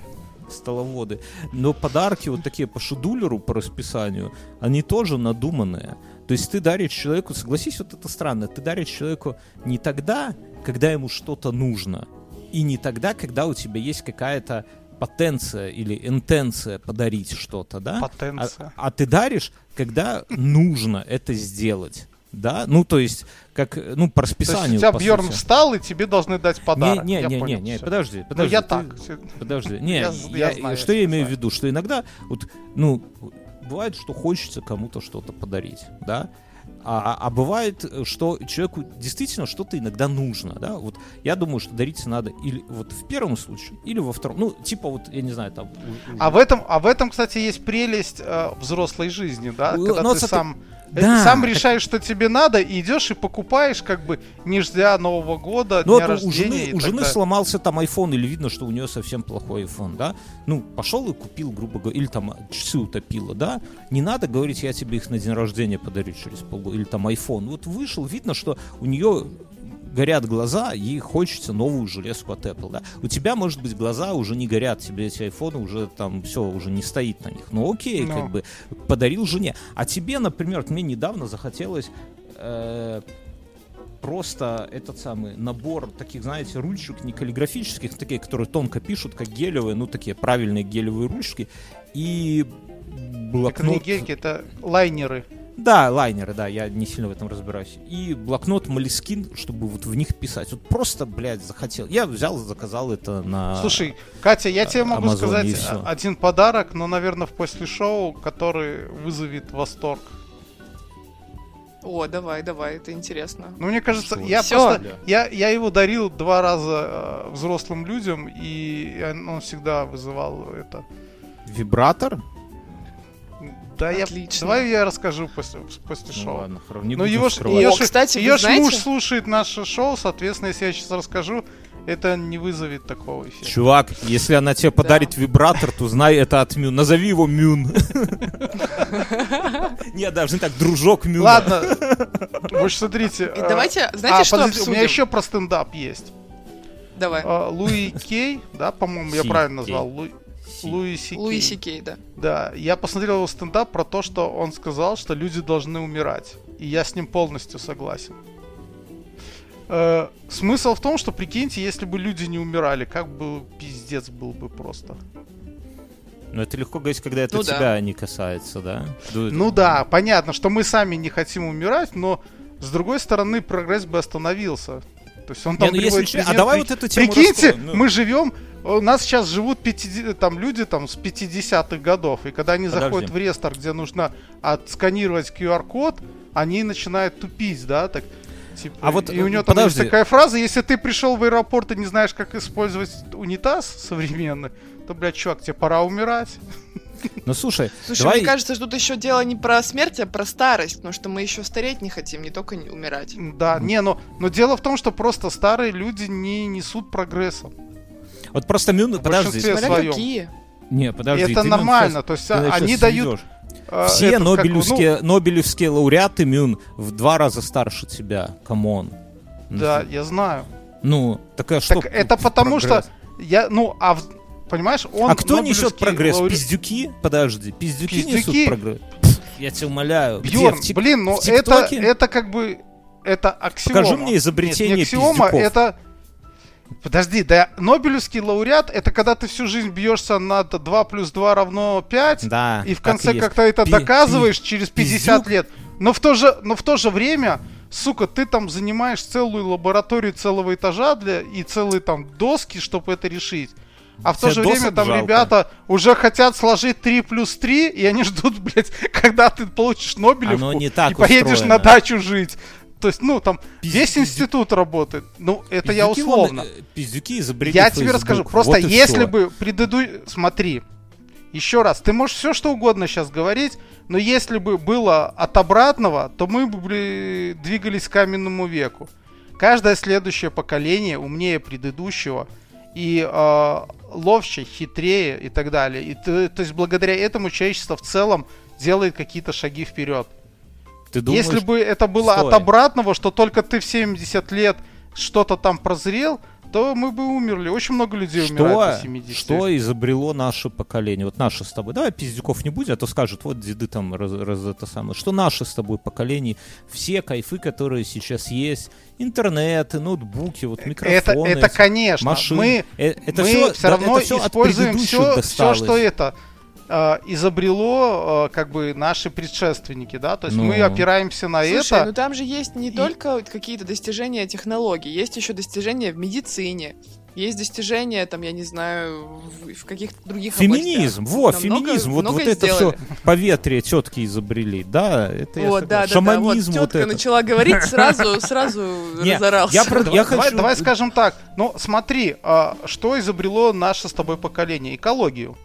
[SPEAKER 3] столоводы. Но подарки вот такие по шедулеру, по расписанию, они тоже надуманные. То есть ты даришь человеку, согласись, вот это странно, ты даришь человеку не тогда, когда ему что-то нужно, и не тогда, когда у тебя есть какая-то потенция или интенция подарить что-то, да? А,
[SPEAKER 2] Потенция.
[SPEAKER 3] а ты даришь, когда нужно это сделать, да? Ну, то есть, как, э, ну,
[SPEAKER 2] То
[SPEAKER 3] по
[SPEAKER 2] есть
[SPEAKER 3] расписанию,
[SPEAKER 2] у тебя
[SPEAKER 3] по
[SPEAKER 2] Бьерн
[SPEAKER 3] сути.
[SPEAKER 2] встал, и тебе должны дать подарок.
[SPEAKER 3] Не,
[SPEAKER 2] Я
[SPEAKER 3] не, не,
[SPEAKER 2] понял,
[SPEAKER 3] не,
[SPEAKER 2] всё.
[SPEAKER 3] подожди,
[SPEAKER 2] Ну,
[SPEAKER 3] подожди.
[SPEAKER 2] я
[SPEAKER 3] ты-
[SPEAKER 2] так.
[SPEAKER 3] Подожди, не,
[SPEAKER 2] Я
[SPEAKER 3] я,
[SPEAKER 2] з- я знаю,
[SPEAKER 3] что
[SPEAKER 2] я
[SPEAKER 3] я имею в
[SPEAKER 2] знаю.
[SPEAKER 3] виду, что иногда вот, ну, бывает, что хочется кому-то что-то подарить, да, а, а бывает, э, что человеку действительно что-то иногда нужно, да, вот я думаю, что дарить надо или вот в первом случае, или во втором, ну, типа вот, я не знаю, там... у- у-
[SPEAKER 2] А в этом, а в этом, кстати, есть прелесть э, взрослой жизни, да,
[SPEAKER 3] Ну,
[SPEAKER 2] когда
[SPEAKER 3] но
[SPEAKER 2] ты
[SPEAKER 3] это-
[SPEAKER 2] сам э,
[SPEAKER 3] Да,
[SPEAKER 2] сам
[SPEAKER 3] так-
[SPEAKER 2] решаешь, что тебе надо, и идешь и покупаешь, как бы не ждя Нового года,
[SPEAKER 3] Ну,
[SPEAKER 2] дня
[SPEAKER 3] вот у- у
[SPEAKER 2] рождения.
[SPEAKER 3] жены,
[SPEAKER 2] и
[SPEAKER 3] у
[SPEAKER 2] так
[SPEAKER 3] жены
[SPEAKER 2] далее.
[SPEAKER 3] сломался там iPhone, или видно, что у нее совсем плохой iPhone, да? Ну, пошел и купил, грубо говоря, или там часы утопила, да? Не надо говорить, я тебе их на день рождения подарю через полгода, или там iPhone. Вот вышел, видно, что у нее горят глаза, ей хочется новую железку от Apple, да? У тебя, может быть, глаза уже не горят, тебе эти айфоны уже там все, уже не стоит на них. Ну, окей,
[SPEAKER 2] Ну.
[SPEAKER 3] как бы, подарил жене. А тебе, например, вот мне недавно захотелось э, просто этот самый набор таких, знаете, ручек не каллиграфических, а такие, которые тонко пишут, как гелевые, ну такие правильные гелевые ручки. И
[SPEAKER 2] Это не
[SPEAKER 3] блокнот...
[SPEAKER 2] гельки, это лайнеры.
[SPEAKER 3] Да, лайнеры, да, я не сильно в этом разбираюсь. И блокнот Малискин, чтобы вот в них писать. Вот просто, блядь, захотел. Я взял, заказал это на...
[SPEAKER 2] Слушай, Катя, я тебе
[SPEAKER 3] а-
[SPEAKER 2] могу
[SPEAKER 3] Amazon
[SPEAKER 2] сказать
[SPEAKER 3] А, и всё.
[SPEAKER 2] а- один подарок, но, наверное, в после шоу, который вызовет восторг.
[SPEAKER 4] О, давай, давай, это интересно.
[SPEAKER 2] Ну, мне кажется,
[SPEAKER 3] Что?
[SPEAKER 2] я
[SPEAKER 4] Всё.
[SPEAKER 2] просто... Я, я его дарил два раза э, взрослым людям, и он- он всегда вызывал это.
[SPEAKER 3] Вибратор?
[SPEAKER 2] Да, я...
[SPEAKER 4] Отлично.
[SPEAKER 2] Давай я расскажу после, после
[SPEAKER 3] Ну
[SPEAKER 2] шоу.
[SPEAKER 3] ладно, хоро- не
[SPEAKER 2] Ну,
[SPEAKER 3] будем
[SPEAKER 2] его ж,
[SPEAKER 3] скрывать.
[SPEAKER 4] её-
[SPEAKER 2] её
[SPEAKER 4] О,
[SPEAKER 2] ж-
[SPEAKER 4] кстати, вы
[SPEAKER 2] её ж
[SPEAKER 4] знаете-
[SPEAKER 2] муж слушает наше шоу, соответственно, если я сейчас расскажу, это не вызовет такого эффекта.
[SPEAKER 3] Чувак, если она тебе подарит вибратор, то знай, это от Мюн. Назови его
[SPEAKER 2] [laughs]
[SPEAKER 3] Мюн. [laughs] Не, даже не так, дружок Мюн.
[SPEAKER 2] Ладно, [laughs] вы ж смотрите.
[SPEAKER 4] И
[SPEAKER 2] э,
[SPEAKER 4] давайте, знаете,
[SPEAKER 2] а,
[SPEAKER 4] что
[SPEAKER 2] подождите, у меня
[SPEAKER 4] обсудим?
[SPEAKER 2] еще про стендап есть.
[SPEAKER 4] Давай.
[SPEAKER 2] Э, Луи Кей, да, по-моему, я
[SPEAKER 3] Си
[SPEAKER 2] правильно
[SPEAKER 3] Кей.
[SPEAKER 2] назвал. Луи- Луи Си
[SPEAKER 4] Луи
[SPEAKER 2] Кей.
[SPEAKER 4] Сикей, да.
[SPEAKER 2] Да, я посмотрел его стендап про то, что он сказал, что люди должны умирать. И я с ним полностью согласен. Э, смысл в том, что, прикиньте, если бы люди не умирали, как бы пиздец был бы просто.
[SPEAKER 3] Ну это легко говорить, когда это
[SPEAKER 4] Ну да.
[SPEAKER 3] тебя не касается, да?
[SPEAKER 2] Ну да, понятно, что мы сами не хотим умирать, но с другой стороны прогресс бы остановился. То есть он
[SPEAKER 3] Не,
[SPEAKER 2] там
[SPEAKER 3] ну, если
[SPEAKER 2] приводит
[SPEAKER 3] че- а
[SPEAKER 2] пример,
[SPEAKER 3] давай
[SPEAKER 2] при-
[SPEAKER 3] вот эту тему
[SPEAKER 2] Прикиньте,
[SPEAKER 3] раскроем, ну.
[SPEAKER 2] мы живем, у нас сейчас живут 50 там люди там с 50-х годов, и когда они
[SPEAKER 3] Подожди.
[SPEAKER 2] заходят в реестр, где нужно отсканировать QR-код, они начинают тупить, да, так. типа,
[SPEAKER 3] А вот,
[SPEAKER 2] и у
[SPEAKER 3] э,
[SPEAKER 2] него там есть
[SPEAKER 3] подожди.
[SPEAKER 2] такая фраза, если ты пришел в аэропорт и не знаешь, как использовать унитаз современный, то, блядь, чувак, тебе пора умирать.
[SPEAKER 3] Ну слушай,
[SPEAKER 4] Слушай,
[SPEAKER 3] давай...
[SPEAKER 4] мне кажется, что тут еще дело не про смерть, а про старость, потому что мы еще стареть не хотим, не только не умирать.
[SPEAKER 2] Да, не, но, но дело в том, что просто старые люди не несут прогресса.
[SPEAKER 3] Вот просто Мюн... Подожди.
[SPEAKER 2] большинстве
[SPEAKER 3] смотри.
[SPEAKER 2] своём.
[SPEAKER 4] Смотря какие.
[SPEAKER 3] Не, подожди.
[SPEAKER 2] это
[SPEAKER 3] ты Мюн
[SPEAKER 2] нормально,
[SPEAKER 3] сейчас-
[SPEAKER 2] то есть
[SPEAKER 3] ты сейчас
[SPEAKER 2] они дают...
[SPEAKER 3] сведёшь.
[SPEAKER 2] э,
[SPEAKER 3] Все
[SPEAKER 2] этот, как его, ну,
[SPEAKER 3] нобелевские, нобелевские лауреаты Мюн в два раза старше тебя. Камон.
[SPEAKER 2] Да, я знаю.
[SPEAKER 3] Ну, такая что...
[SPEAKER 2] так это потому что я, ну, а в- понимаешь, он.
[SPEAKER 3] а кто несет
[SPEAKER 2] Нобелевский
[SPEAKER 3] прогресс?
[SPEAKER 2] лауре-
[SPEAKER 3] Пиздюки? Подожди, пиздюки,
[SPEAKER 2] Пиздюки?
[SPEAKER 3] несут прогресс. Пф, Я тебя умоляю. Где?
[SPEAKER 2] Бьёрн,
[SPEAKER 3] В тик-
[SPEAKER 2] блин, ну
[SPEAKER 3] в
[SPEAKER 2] это
[SPEAKER 3] ТикТоке?
[SPEAKER 2] это как бы это аксиома.
[SPEAKER 3] Покажи мне изобретение
[SPEAKER 2] Нет, не аксиома,
[SPEAKER 3] пиздюков.
[SPEAKER 2] это. Подожди, да, Нобелевский лауреат это когда ты всю жизнь бьешься над 2 плюс 2 равно 5,
[SPEAKER 3] Да.
[SPEAKER 2] и в
[SPEAKER 3] так
[SPEAKER 2] конце
[SPEAKER 3] есть.
[SPEAKER 2] как-то это
[SPEAKER 3] Пи-
[SPEAKER 2] доказываешь через 50
[SPEAKER 3] пиздюк.
[SPEAKER 2] лет. Но в, то же, но в то же время, сука, ты там занимаешь целую лабораторию целого этажа для, и целые там доски, чтобы это решить. А в то
[SPEAKER 3] Тебя
[SPEAKER 2] же время
[SPEAKER 3] досок
[SPEAKER 2] там
[SPEAKER 3] жалко?
[SPEAKER 2] ребята уже хотят сложить 3 плюс 3, и они ждут, [laughs] блядь, когда ты получишь Нобелевку
[SPEAKER 3] Оно не так
[SPEAKER 2] и поедешь
[SPEAKER 3] устроено.
[SPEAKER 2] на дачу жить. То есть, ну, там
[SPEAKER 3] Пиз-
[SPEAKER 2] весь
[SPEAKER 3] пиздюки-
[SPEAKER 2] институт работает. Ну, это я
[SPEAKER 3] Пиздюки,
[SPEAKER 2] условно.
[SPEAKER 3] ладно, э, Пиздюки изобрели
[SPEAKER 2] Я тебе
[SPEAKER 3] Facebook.
[SPEAKER 2] расскажу.
[SPEAKER 3] Вот
[SPEAKER 2] Просто
[SPEAKER 3] и
[SPEAKER 2] если
[SPEAKER 3] всё.
[SPEAKER 2] бы преду... Смотри, еще раз, ты можешь все что угодно сейчас говорить, но если бы было от обратного, то мы бы бли- двигались к каменному веку. Каждое следующее поколение умнее предыдущего и э, ловче, хитрее и так далее. И ты- то есть благодаря этому человечество в целом делает какие-то шаги вперед.
[SPEAKER 3] Ты думаешь,
[SPEAKER 2] Если бы это было
[SPEAKER 3] Стой.
[SPEAKER 2] от обратного, что только ты в 70 лет что-то там прозрел, то мы бы умерли. Очень много людей умирает до
[SPEAKER 3] что,
[SPEAKER 2] 70.
[SPEAKER 3] что изобрело наше поколение? Вот наше с тобой. Давай пиздюков не будем, а то скажут, вот деды там раз, раз это самое. Что наше с тобой поколение? Все кайфы, которые сейчас есть, интернет, ноутбуки, вот
[SPEAKER 2] это,
[SPEAKER 3] микрофоны,
[SPEAKER 2] это, конечно.
[SPEAKER 3] машины.
[SPEAKER 2] Мы,
[SPEAKER 3] Э, это
[SPEAKER 2] мы
[SPEAKER 3] все,
[SPEAKER 2] все равно используем все, что это э, изобрело, э, как бы, наши предшественники, да? То есть
[SPEAKER 3] Ну.
[SPEAKER 2] мы опираемся на
[SPEAKER 4] Слушай,
[SPEAKER 2] А это.
[SPEAKER 4] ну там же есть не
[SPEAKER 2] И-
[SPEAKER 4] только вот какие-то достижения технологий, есть еще достижения в медицине, есть достижения, там, я не знаю, в, в каких-то других областях.
[SPEAKER 3] Феминизм, во,
[SPEAKER 4] Нам много-
[SPEAKER 3] феминизм, вот,
[SPEAKER 4] многое
[SPEAKER 3] вот это все
[SPEAKER 4] сделали.
[SPEAKER 3] поветрие тетки изобрели, да, это я
[SPEAKER 4] Вот, да,
[SPEAKER 3] согласен.
[SPEAKER 4] да, да, вот
[SPEAKER 3] шаманизм, вот,
[SPEAKER 4] тетка
[SPEAKER 3] это.
[SPEAKER 4] начала говорить, сразу,
[SPEAKER 3] [laughs]
[SPEAKER 4] сразу
[SPEAKER 3] Не,
[SPEAKER 4] разорался.
[SPEAKER 3] я про- я
[SPEAKER 2] Давай,
[SPEAKER 3] хочу-
[SPEAKER 2] давай скажем так. Ну, смотри, а, что изобрело наше с тобой поколение? Экологию.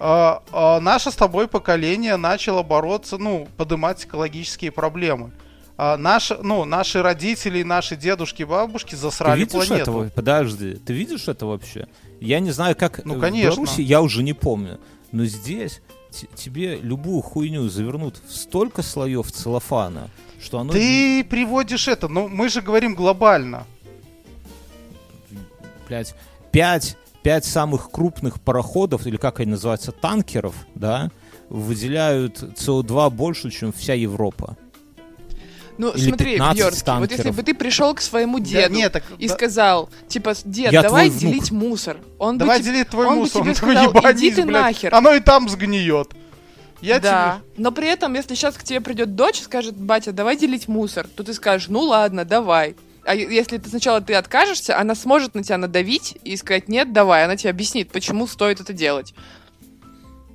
[SPEAKER 2] А, а, наше с тобой поколение начало бороться, ну, поднимать экологические проблемы. А, наши, ну, наши родители, и наши дедушки, бабушки
[SPEAKER 3] Ты
[SPEAKER 2] засрали
[SPEAKER 3] видишь
[SPEAKER 2] планету.
[SPEAKER 3] этого? Подожди, ты видишь это вообще? Я не знаю, как э,
[SPEAKER 2] Ну,
[SPEAKER 3] в
[SPEAKER 2] конечно.
[SPEAKER 3] Беларуси, я уже не помню. Но здесь т- тебе любую хуйню завернут в столько слоев целлофана, что оно...
[SPEAKER 2] Ты приводишь это, но мы же говорим глобально.
[SPEAKER 3] блядь, пять, пять самых крупных пароходов, или как они называются, танкеров, да, выделяют СО2 больше, чем вся Европа.
[SPEAKER 4] Ну,
[SPEAKER 3] Или
[SPEAKER 4] смотри,
[SPEAKER 3] 15
[SPEAKER 4] Бьерский, вот если
[SPEAKER 3] танкеров.
[SPEAKER 4] бы ты пришел к своему
[SPEAKER 2] Да
[SPEAKER 4] деду
[SPEAKER 2] нет, так,
[SPEAKER 4] и
[SPEAKER 2] да-
[SPEAKER 4] сказал, типа, дед,
[SPEAKER 3] Я
[SPEAKER 4] давай
[SPEAKER 3] твой внук».
[SPEAKER 4] делить мусор. Он бы типа
[SPEAKER 2] давай
[SPEAKER 4] тебе-
[SPEAKER 2] делить твой
[SPEAKER 4] он бы
[SPEAKER 2] мусор.
[SPEAKER 4] тебе
[SPEAKER 2] Он такой,
[SPEAKER 4] сказал,
[SPEAKER 2] «Ебанись,
[SPEAKER 4] «Иди ты
[SPEAKER 2] блядь,
[SPEAKER 4] нахер».
[SPEAKER 2] Оно и там сгниет. Я
[SPEAKER 4] да.
[SPEAKER 2] тебе...
[SPEAKER 4] Но при этом, если сейчас к тебе придет дочь и скажет, батя, давай делить мусор, то ты скажешь, ну ладно, давай. А е- если ты сначала ты откажешься, она сможет на тебя надавить и сказать, нет, давай, она тебе объяснит, почему стоит это делать.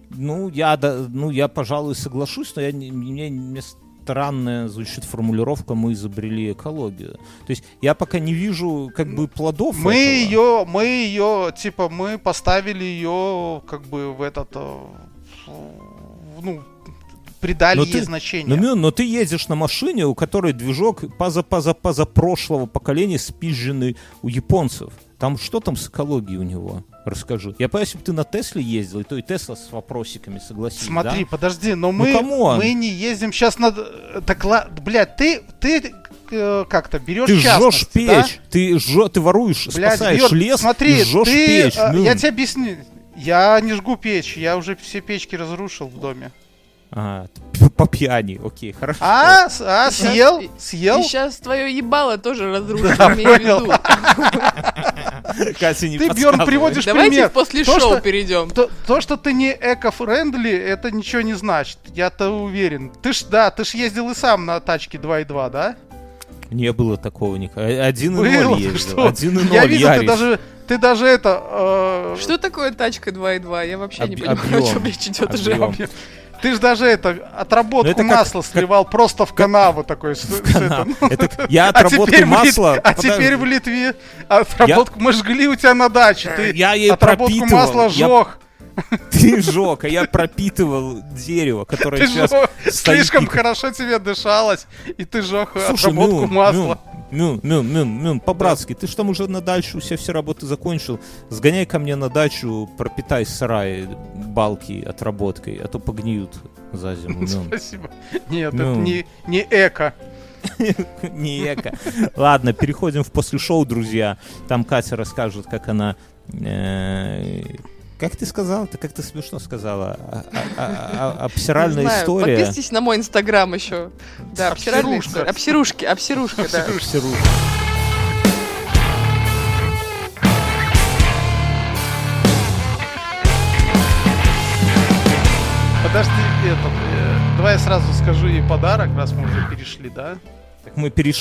[SPEAKER 3] Ну, я, да- ну, я, пожалуй, соглашусь, но я, не- мне, мне странная звучит формулировка «мы изобрели экологию». То есть я пока не вижу как бы плодов
[SPEAKER 2] Мы
[SPEAKER 3] этого.
[SPEAKER 2] ее, мы ее, типа, мы поставили ее, как бы, в этот, э, в- ну, придали
[SPEAKER 3] Но
[SPEAKER 2] ей
[SPEAKER 3] ты-
[SPEAKER 2] значение.
[SPEAKER 3] Ну, Мю, но ты ездишь на машине, у которой движок поза-поза-поза прошлого поколения спизженный у японцев. Там что там с экологией у него? Расскажи. Я понимаю, если бы ты на Тесле ездил, и то и Тесла с вопросиками согласись,
[SPEAKER 2] Смотри,
[SPEAKER 3] да? Ну,
[SPEAKER 2] подожди, но мы,
[SPEAKER 3] камон.
[SPEAKER 2] мы не ездим сейчас на... Так, ла- блядь, ты, ты э, как-то берешь
[SPEAKER 3] Ты жжешь
[SPEAKER 2] частности, да?
[SPEAKER 3] печь, ты, жжё- ты воруешь,
[SPEAKER 2] Блядь,
[SPEAKER 3] спасаешь
[SPEAKER 2] Бьёрк,
[SPEAKER 3] лес
[SPEAKER 2] смотри,
[SPEAKER 3] и жжешь
[SPEAKER 2] ты,
[SPEAKER 3] печь. ну.
[SPEAKER 2] э,
[SPEAKER 3] Мю.
[SPEAKER 2] я тебе объясню. Я не жгу печь, я уже все печки разрушил в доме.
[SPEAKER 3] А, ты п- по пьяни, окей, хорошо. [laughs]
[SPEAKER 2] А, с- а
[SPEAKER 4] Сейчас-
[SPEAKER 2] съел,
[SPEAKER 4] и-
[SPEAKER 2] съел.
[SPEAKER 4] И сейчас твое ебало тоже разрушено,
[SPEAKER 2] Да,
[SPEAKER 4] имею в
[SPEAKER 2] понял.
[SPEAKER 4] виду.
[SPEAKER 3] Катя не
[SPEAKER 2] Ты, Бьёрк,
[SPEAKER 3] подсказывает.
[SPEAKER 2] приводишь
[SPEAKER 4] Давайте
[SPEAKER 2] пример.
[SPEAKER 4] после
[SPEAKER 2] То,
[SPEAKER 4] шоу
[SPEAKER 2] что-
[SPEAKER 4] перейдем.
[SPEAKER 2] То, то, что ты не эко-френдли, это ничего не значит. Я-то уверен. Ты ж, да, ты ж ездил и сам на тачке 2.2, да?
[SPEAKER 3] Не было такого никогда. Один Ну, и
[SPEAKER 2] Было,
[SPEAKER 3] ноль
[SPEAKER 2] ты
[SPEAKER 3] ездил.
[SPEAKER 2] что?
[SPEAKER 3] Один и ноль,
[SPEAKER 2] Я видел, ты
[SPEAKER 3] Ярис.
[SPEAKER 2] даже, ты даже это... э,
[SPEAKER 4] Что такое тачка 2.2? Я вообще не
[SPEAKER 3] Объ-
[SPEAKER 4] понимаю, о чем
[SPEAKER 3] объем.
[SPEAKER 4] речь идет
[SPEAKER 3] Объем.
[SPEAKER 4] уже.
[SPEAKER 2] Ты же даже это, отработку
[SPEAKER 3] Ну, это как-
[SPEAKER 2] масла сливал просто в канаву такой. с- с
[SPEAKER 3] Канал.
[SPEAKER 2] этим.
[SPEAKER 3] Это
[SPEAKER 2] [laughs]
[SPEAKER 3] я
[SPEAKER 2] А
[SPEAKER 3] отработку
[SPEAKER 2] теперь в Лит-
[SPEAKER 3] масла.
[SPEAKER 2] А
[SPEAKER 3] подожди.
[SPEAKER 2] теперь в Литве отработку... Мы жгли у тебя на даче. Ты
[SPEAKER 3] Я ей
[SPEAKER 2] отработку
[SPEAKER 3] пропитывал,
[SPEAKER 2] масла
[SPEAKER 3] я
[SPEAKER 2] жёг.
[SPEAKER 3] [laughs] Ты жёг, а я пропитывал дерево, которое
[SPEAKER 2] Ты
[SPEAKER 3] сейчас
[SPEAKER 2] жёг.
[SPEAKER 3] стоит
[SPEAKER 2] Слишком
[SPEAKER 3] и-
[SPEAKER 2] хорошо тебе дышалось, и ты жёг
[SPEAKER 3] Слушай, ну,
[SPEAKER 2] отработку
[SPEAKER 3] Мюн,
[SPEAKER 2] масла.
[SPEAKER 3] Мюн, Мюн, Мюн, Мюн, ну, по-братски, ты ж там уже на дачу, у себя все работы закончил. Сгоняй ко мне на дачу, пропитай сарай балки отработкой, а то погниют
[SPEAKER 2] [laughs]
[SPEAKER 3] за зиму, ну. Мюн.
[SPEAKER 2] Спасибо. Нет, это
[SPEAKER 3] Ну.
[SPEAKER 2] не, не эко.
[SPEAKER 3] Не эко. Ладно, переходим в после шоу, друзья. Там Катя расскажет, как она... э, Как ты сказала? Ты как ты смешно сказала. А- а- а- а- Обсиральная
[SPEAKER 4] Не знаю,
[SPEAKER 3] история.
[SPEAKER 4] Подписывайтесь на мой инстаграм еще. Да, обсиральная
[SPEAKER 2] Обсирушка.
[SPEAKER 4] история. Обсирушки, обсирушка, да.
[SPEAKER 3] Обсирушка.
[SPEAKER 2] Подожди, этот, э, давай я сразу скажу ей подарок, раз мы уже перешли, да?
[SPEAKER 3] Мы перешли